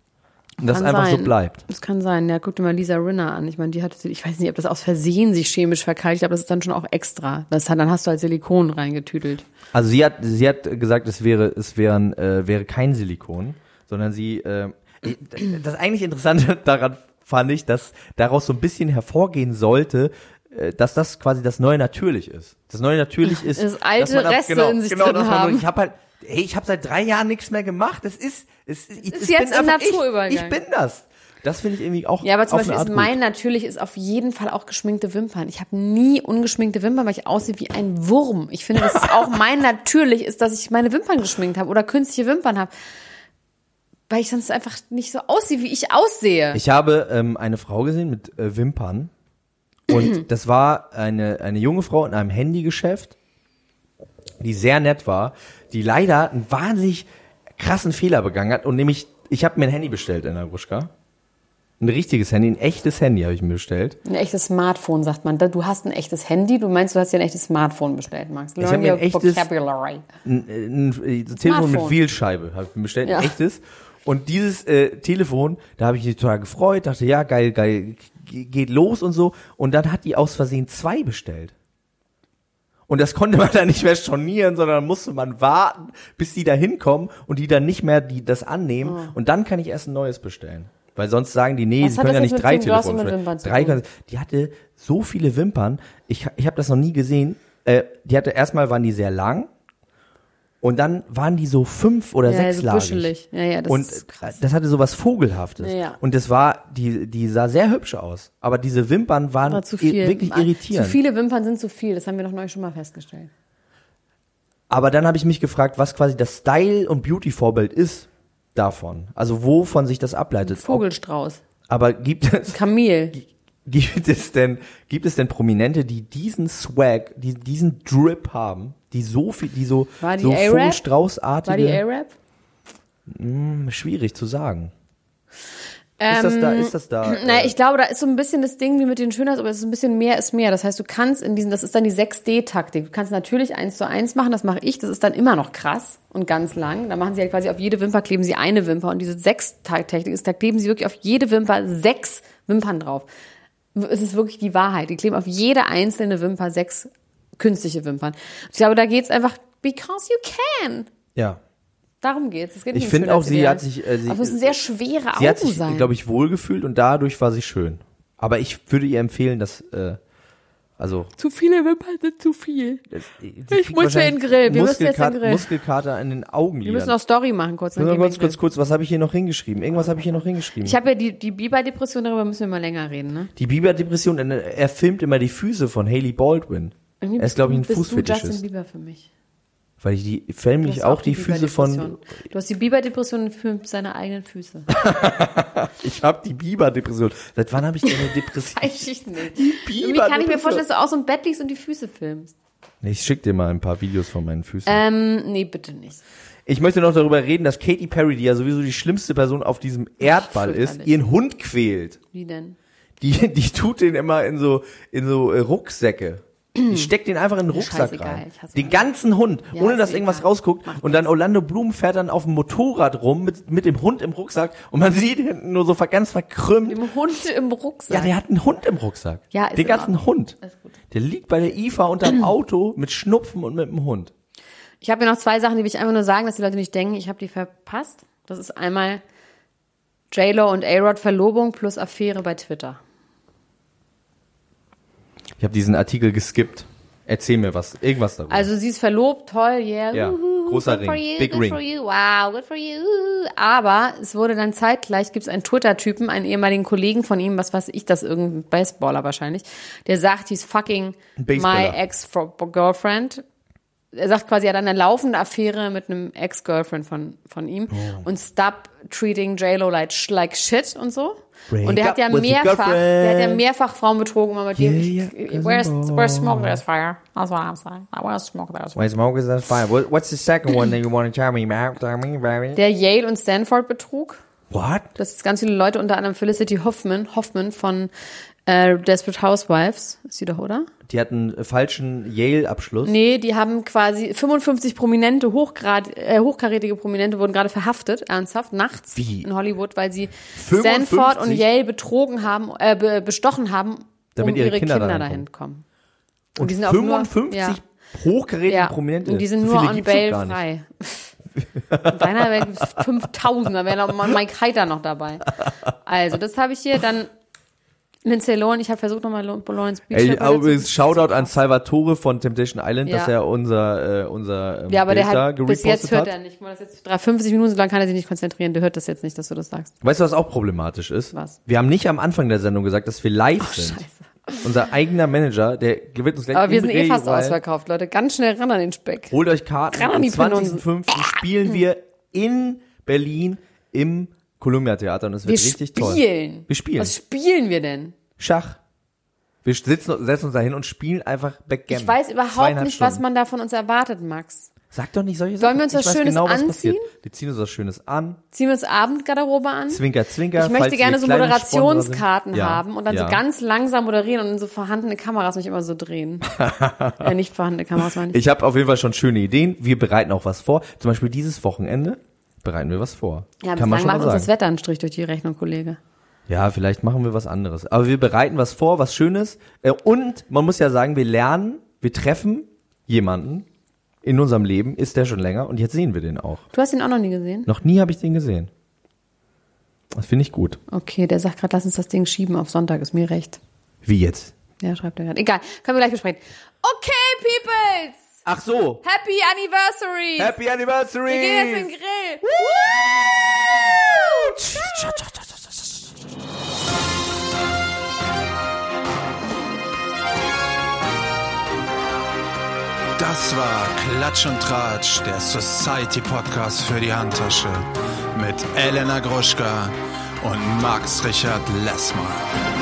[SPEAKER 2] Und das
[SPEAKER 4] Kann
[SPEAKER 2] einfach so
[SPEAKER 4] sein.
[SPEAKER 2] bleibt.
[SPEAKER 4] Das kann sein. Ja, guck dir mal Lisa Rinner an. Ich meine, die hat, ich weiß nicht, ob das aus Versehen sich chemisch verkalkt, ich glaube, das ist dann schon auch extra. Das hat, dann hast du halt Silikon reingetüdelt.
[SPEAKER 2] Also sie hat, sie hat gesagt, es wäre, es wären, äh, wäre kein Silikon, sondern sie. Äh, ich- das eigentlich Interessante daran fand ich, dass daraus so ein bisschen hervorgehen sollte, äh, dass das quasi das neue natürlich ist. Das neue natürlich ist,
[SPEAKER 4] Das alte
[SPEAKER 2] dass man
[SPEAKER 4] Reste
[SPEAKER 2] genau,
[SPEAKER 4] in sich
[SPEAKER 2] genau,
[SPEAKER 4] drin
[SPEAKER 2] dass man so-
[SPEAKER 4] haben.
[SPEAKER 2] Ich habe halt, hey, ich habe seit drei Jahren nichts mehr gemacht. Das ist, es ist, ich, das
[SPEAKER 4] jetzt
[SPEAKER 2] bin
[SPEAKER 4] in
[SPEAKER 2] einfach
[SPEAKER 4] Naturübergang.
[SPEAKER 2] Ich, ich bin das. Das finde ich irgendwie auch.
[SPEAKER 4] Ja, aber zum
[SPEAKER 2] auf eine
[SPEAKER 4] Beispiel ist
[SPEAKER 2] Art gut.
[SPEAKER 4] mein natürlich ist auf jeden Fall auch geschminkte Wimpern. Ich habe nie ungeschminkte Wimpern, weil ich aussehe wie ein Wurm. Ich finde, das ist auch mein natürlich ist, dass ich meine Wimpern geschminkt habe oder künstliche Wimpern habe. Weil ich sonst einfach nicht so aussehe, wie ich aussehe.
[SPEAKER 2] Ich habe ähm, eine Frau gesehen mit äh, Wimpern. Und das war eine, eine junge Frau in einem Handygeschäft, die sehr nett war, die leider einen wahnsinnig krassen Fehler begangen hat. Und nämlich, ich habe mir ein Handy bestellt in der Gruschka. Ein richtiges Handy, ein echtes Handy habe ich mir bestellt.
[SPEAKER 1] Ein echtes Smartphone, sagt man. Du hast ein echtes Handy, du meinst, du hast dir ein echtes Smartphone bestellt, Max. Learn
[SPEAKER 2] hab mir ein
[SPEAKER 1] your
[SPEAKER 2] echtes-
[SPEAKER 1] vocabulary.
[SPEAKER 2] Ein, äh, ein, äh, ein Telefon mit
[SPEAKER 1] Smartphone.
[SPEAKER 2] Wählscheibe habe ich mir bestellt,
[SPEAKER 1] Ja.
[SPEAKER 2] ein echtes. Und dieses äh, Telefon, da habe ich mich total gefreut, dachte, ja, geil, geil, ge- geht los und so. Und dann hat die aus Versehen zwei bestellt. Und das konnte man dann nicht mehr stornieren, sondern musste man warten, bis die da hinkommen und die dann nicht mehr die, das annehmen. Und dann kann ich erst ein neues bestellen. Weil sonst sagen die,
[SPEAKER 1] Ah.
[SPEAKER 2] nee,
[SPEAKER 1] Was
[SPEAKER 2] die
[SPEAKER 1] hat
[SPEAKER 2] können ja
[SPEAKER 1] das jetzt
[SPEAKER 2] nicht
[SPEAKER 1] mit
[SPEAKER 2] drei
[SPEAKER 1] dem Glossen
[SPEAKER 2] Telefone
[SPEAKER 1] mit
[SPEAKER 2] bestellen.
[SPEAKER 1] Wimpern zu
[SPEAKER 2] Drei
[SPEAKER 1] tun?
[SPEAKER 2] können, die hatte so viele Wimpern. Ich, ich habe das noch nie gesehen. Äh, die hatte, erstmal waren die sehr lang. Und dann waren die so fünf oder
[SPEAKER 1] Ja, so
[SPEAKER 2] sechslagig.
[SPEAKER 1] buschelig. Ja, ja, das
[SPEAKER 2] und
[SPEAKER 1] ist krass.
[SPEAKER 2] das hatte so was Vogelhaftes.
[SPEAKER 1] Ja, ja.
[SPEAKER 2] Und das war, die, die sah sehr hübsch aus. Aber diese Wimpern waren
[SPEAKER 1] War zu
[SPEAKER 2] ir-
[SPEAKER 1] viel.
[SPEAKER 2] wirklich
[SPEAKER 1] Ah,
[SPEAKER 2] irritierend.
[SPEAKER 1] Zu viele Wimpern sind zu viel, das haben wir doch neulich schon mal festgestellt.
[SPEAKER 2] Aber dann habe ich mich gefragt, was quasi das Style- und Beauty-Vorbild ist davon. Also wovon sich das ableitet.
[SPEAKER 1] Vogelstrauß,
[SPEAKER 2] Ob, aber gibt es,
[SPEAKER 1] Kamel.
[SPEAKER 2] gibt es denn, gibt es denn Prominente, die diesen Swag, die, diesen Drip haben, die so viel, die so,
[SPEAKER 1] War die
[SPEAKER 2] so
[SPEAKER 1] A-Rap? War die
[SPEAKER 2] Vogelstraußartige,
[SPEAKER 1] Arab?
[SPEAKER 2] schwierig zu sagen. ist das da, ist das da?
[SPEAKER 1] Ähm, Na,
[SPEAKER 2] äh,
[SPEAKER 1] ich glaube, da ist so ein bisschen das Ding wie mit den Schönheits, aber es ist ein bisschen mehr ist mehr. Das heißt, du kannst in diesen, das ist dann die 6D-Taktik. Du kannst natürlich eins zu eins machen, das mache ich, das ist dann immer noch krass und ganz lang. Da machen sie halt quasi auf jede Wimper kleben sie eine Wimper und diese Sechs-Taktik ist, da kleben sie wirklich auf jede Wimper sechs Wimpern drauf. Es ist wirklich die Wahrheit. Die kleben auf jede einzelne Wimper sechs künstliche Wimpern. Ich glaube, da geht's einfach because you can.
[SPEAKER 2] ja.
[SPEAKER 1] Darum geht's. Es geht
[SPEAKER 2] Ich
[SPEAKER 1] nicht um
[SPEAKER 2] finde auch, sie
[SPEAKER 1] Schönheitsideale.
[SPEAKER 2] hat sich, äh, sie-
[SPEAKER 1] Aber es müssen sehr schwere
[SPEAKER 2] Sie
[SPEAKER 1] Augen
[SPEAKER 2] hat sich,
[SPEAKER 1] sein.
[SPEAKER 2] glaube ich, wohlgefühlt und dadurch war sie schön. Aber ich würde ihr empfehlen, dass, äh, also äh,
[SPEAKER 1] zu viele Wimpern sind zu viel.
[SPEAKER 2] Ich
[SPEAKER 1] muss in den Grill. Wir müssen jetzt in den Grill.
[SPEAKER 2] Muskelkater in den Augenlidern.
[SPEAKER 1] Wir müssen noch Story machen kurz. dann
[SPEAKER 2] Nur
[SPEAKER 1] gehen
[SPEAKER 2] kurz,
[SPEAKER 1] wir in
[SPEAKER 2] kurz, kurz, was habe ich hier noch hingeschrieben? Irgendwas habe ich hier noch hingeschrieben.
[SPEAKER 1] Ich habe ja die, die Biber-Depression, darüber müssen wir mal länger reden, ne?
[SPEAKER 2] die Biber-Depression, äh, er filmt immer die Füße von Haley Baldwin. Er ist, glaube ich, ein
[SPEAKER 1] Bist du Justin
[SPEAKER 2] Fußfetischist.
[SPEAKER 1] Bieber für mich.
[SPEAKER 2] Weil ich die, filme
[SPEAKER 1] Du
[SPEAKER 2] ich
[SPEAKER 1] hast
[SPEAKER 2] auch die Füße von,
[SPEAKER 1] Biber-Depression. Du hast die Biber-Depression und filmst seine eigenen Füße.
[SPEAKER 2] ich habe die Biber-Depression. Seit wann habe ich denn eine Depression?
[SPEAKER 1] Weiß ich nicht. Irgendwie kann ich mir vorstellen, dass du auch so im Bett liegst und die Füße filmst.
[SPEAKER 2] Ich schick dir mal ein paar Videos von meinen Füßen.
[SPEAKER 1] Ähm, nee, bitte nicht.
[SPEAKER 2] Ich möchte noch darüber reden, dass Katy Perry, die ja sowieso die schlimmste Person auf diesem Erdball ist,
[SPEAKER 1] Fürchterlich.
[SPEAKER 2] ihren Hund quält.
[SPEAKER 1] Wie denn?
[SPEAKER 2] Die, die tut den immer in so, in so äh, Rucksäcke. Die steckt den einfach in den Rucksack
[SPEAKER 1] scheißegal,
[SPEAKER 2] rein.
[SPEAKER 1] ich hasse
[SPEAKER 2] Den ganzen Hund,
[SPEAKER 1] Ja,
[SPEAKER 2] ohne
[SPEAKER 1] ist
[SPEAKER 2] dass
[SPEAKER 1] mir
[SPEAKER 2] irgendwas
[SPEAKER 1] egal.
[SPEAKER 2] rausguckt. Und dann Orlando Bloom fährt dann auf dem Motorrad rum mit, mit dem Hund im Rucksack und man sieht hinten nur so ver- ganz verkrümmt.
[SPEAKER 1] Im Hund im
[SPEAKER 2] Ja,
[SPEAKER 1] Rucksack.
[SPEAKER 2] der hat einen Hund im Rucksack.
[SPEAKER 1] Ja, ist in
[SPEAKER 2] Den ganzen Hund.
[SPEAKER 1] Alles gut.
[SPEAKER 2] Der liegt bei der IFA unterm Auto mit Schnupfen und mit dem Hund.
[SPEAKER 1] Ich habe hier noch zwei Sachen, die will ich einfach nur sagen, dass die Leute nicht denken, ich habe die verpasst. Das ist einmal J-Lo und A-Rod Verlobung plus Affäre bei Twitter.
[SPEAKER 2] Ich habe diesen Artikel geskippt. Erzähl mir was, irgendwas darüber.
[SPEAKER 1] Also sie ist verlobt, toll, yeah.
[SPEAKER 2] Ja,
[SPEAKER 1] uhuhu,
[SPEAKER 2] großer
[SPEAKER 1] good For
[SPEAKER 2] Ring,
[SPEAKER 1] you,
[SPEAKER 2] big
[SPEAKER 1] good
[SPEAKER 2] ring.
[SPEAKER 1] For you, wow, good for you. Aber es wurde dann zeitgleich, gibt es einen Twitter-Typen, einen ehemaligen Kollegen von ihm, was weiß ich, das irgendein Baseballer wahrscheinlich, der sagt, he's fucking my
[SPEAKER 2] Baseballer.
[SPEAKER 1] ex-girlfriend. Er sagt quasi, er hat eine laufende Affäre mit einem Ex-Girlfriend von, von ihm.
[SPEAKER 2] Oh.
[SPEAKER 1] Und stop treating J-Lo like, sh- like shit und so.
[SPEAKER 2] Break
[SPEAKER 1] und der hat, ja
[SPEAKER 2] up with your
[SPEAKER 1] mehrfach, der hat ja
[SPEAKER 2] girlfriend.
[SPEAKER 1] mehrfach Frauen betrogen, aber mit dem,
[SPEAKER 2] Yeah, yeah,
[SPEAKER 1] where's, where's smoke, there's fire. That's what I'm saying. Where's smoke, there's fire.
[SPEAKER 5] My smoke is on fire. What- What's the second one that you want to tell me about? Tell me about it.
[SPEAKER 1] Der Yale und Stanford betrug.
[SPEAKER 2] What?
[SPEAKER 1] Das ist ganz viele Leute, unter anderem Felicity Hoffman, Hoffman von äh, Desperate Housewives, ist sie doch, oder?
[SPEAKER 2] Die hat einen äh, falschen Yale-Abschluss.
[SPEAKER 1] Nee, die haben quasi 55 prominente, hochgrad, äh, hochkarätige Prominente wurden gerade verhaftet, ernsthaft, nachts
[SPEAKER 2] Wie?
[SPEAKER 1] in Hollywood, weil sie
[SPEAKER 2] 55?
[SPEAKER 1] Stanford und Yale betrogen haben, äh, be bestochen haben,
[SPEAKER 2] Damit
[SPEAKER 1] um
[SPEAKER 2] ihre
[SPEAKER 1] ihre,
[SPEAKER 2] Kinder
[SPEAKER 1] Kinder,
[SPEAKER 2] da
[SPEAKER 1] dahin
[SPEAKER 2] hinkommen.
[SPEAKER 1] kommen.
[SPEAKER 2] Und
[SPEAKER 1] die sind auch nur-
[SPEAKER 2] 55
[SPEAKER 1] ja.
[SPEAKER 2] hochgerätige
[SPEAKER 1] Ja,
[SPEAKER 2] Prominente.
[SPEAKER 1] und die sind
[SPEAKER 2] so
[SPEAKER 1] nur
[SPEAKER 2] viele
[SPEAKER 1] on
[SPEAKER 2] gibt's doch
[SPEAKER 1] Bail
[SPEAKER 2] gar nicht.
[SPEAKER 1] frei. In deiner Welt gibt's 5000, da wäre noch mal Mike Heiter noch dabei. Also, das habe ich hier dann Lindsay Lohan, ich habe versucht nochmal Lawrence Beach.
[SPEAKER 2] Ey, aber übrigens Shoutout an Salvatore von Temptation Island, dass
[SPEAKER 1] also Ja.
[SPEAKER 2] er unser, äh, unser ähm,
[SPEAKER 1] ja, aber der
[SPEAKER 2] Bild da
[SPEAKER 1] hat bis jetzt
[SPEAKER 2] gerepostet
[SPEAKER 1] hört
[SPEAKER 2] hat.
[SPEAKER 1] er nicht. Wenn das jetzt 50 Minuten so lang kann er sich nicht konzentrieren. Der hört das jetzt nicht, dass du das sagst.
[SPEAKER 2] Weißt du, was auch problematisch ist?
[SPEAKER 1] Was?
[SPEAKER 2] Wir haben nicht am Anfang der Sendung gesagt, dass wir live sind. Unser eigener Manager, der wird uns gleich
[SPEAKER 1] Aber wir sind eh
[SPEAKER 2] umdrehen,
[SPEAKER 1] fast
[SPEAKER 2] weil-
[SPEAKER 1] ausverkauft, Leute. Ganz schnell ran an den Speck.
[SPEAKER 2] Holt euch Karten.
[SPEAKER 1] Ran an
[SPEAKER 2] Am
[SPEAKER 1] die Pinosen.
[SPEAKER 2] 20.05. spielen wir in Berlin im Columbia Theater und es
[SPEAKER 1] Wir
[SPEAKER 2] wird richtig
[SPEAKER 1] spielen.
[SPEAKER 2] toll. Wir spielen.
[SPEAKER 1] Was spielen wir denn?
[SPEAKER 2] Schach. Wir sitzen, setzen uns da hin und spielen einfach Backgammon.
[SPEAKER 1] Ich weiß überhaupt
[SPEAKER 2] Zweieinhalb
[SPEAKER 1] nicht, was
[SPEAKER 2] Stunden.
[SPEAKER 1] man da von uns erwartet, Max.
[SPEAKER 2] Sag doch nicht solche
[SPEAKER 1] Sollen wir uns
[SPEAKER 2] Ich
[SPEAKER 1] was
[SPEAKER 2] weiß genau,
[SPEAKER 1] Schönes
[SPEAKER 2] passiert.
[SPEAKER 1] anziehen?
[SPEAKER 2] Wir ziehen uns was Schönes an.
[SPEAKER 1] Ziehen wir uns Abendgarderobe an?
[SPEAKER 2] Zwinker, zwinker.
[SPEAKER 1] Ich möchte
[SPEAKER 2] falls
[SPEAKER 1] gerne
[SPEAKER 2] wir
[SPEAKER 1] so
[SPEAKER 2] kleine Sponsorer sind.
[SPEAKER 1] Moderationskarten
[SPEAKER 2] Ja,
[SPEAKER 1] haben und dann
[SPEAKER 2] ja.
[SPEAKER 1] so ganz langsam moderieren und so vorhandene Kameras mich immer so drehen. äh, nicht vorhandene Kameras, meine ich.
[SPEAKER 2] Ich habe auf jeden Fall schon schöne Ideen. Wir bereiten auch was vor. Zum Beispiel dieses Wochenende bereiten wir was vor.
[SPEAKER 1] Ja,
[SPEAKER 2] Kann
[SPEAKER 1] bislang
[SPEAKER 2] man
[SPEAKER 1] macht
[SPEAKER 2] schon mal
[SPEAKER 1] uns das
[SPEAKER 2] sagen.
[SPEAKER 1] Wetter einen Strich durch die Rechnung, Kollege.
[SPEAKER 2] Ja, vielleicht machen wir was anderes. Aber wir bereiten was vor, was Schönes. Äh, Und man muss ja sagen, wir lernen, wir treffen jemanden in unserem Leben, ist der schon länger und jetzt sehen wir den auch.
[SPEAKER 1] Du hast ihn auch noch nie gesehen?
[SPEAKER 2] Noch nie habe ich den gesehen. Das finde ich gut.
[SPEAKER 1] Okay, der sagt gerade, lass uns das Ding schieben auf Sonntag, ist mir recht.
[SPEAKER 2] Wie jetzt?
[SPEAKER 1] Ja, schreibt er gerade. Egal, können wir gleich besprechen. Okay, Peoples!
[SPEAKER 2] Ach so.
[SPEAKER 1] Happy Anniversary!
[SPEAKER 2] Happy Anniversary!
[SPEAKER 1] Wir gehen jetzt in den Grill!
[SPEAKER 6] Das war Klatsch und Tratsch, der Society Podcast für die Handtasche mit Elena Gruschka und Max Richard Lessmann.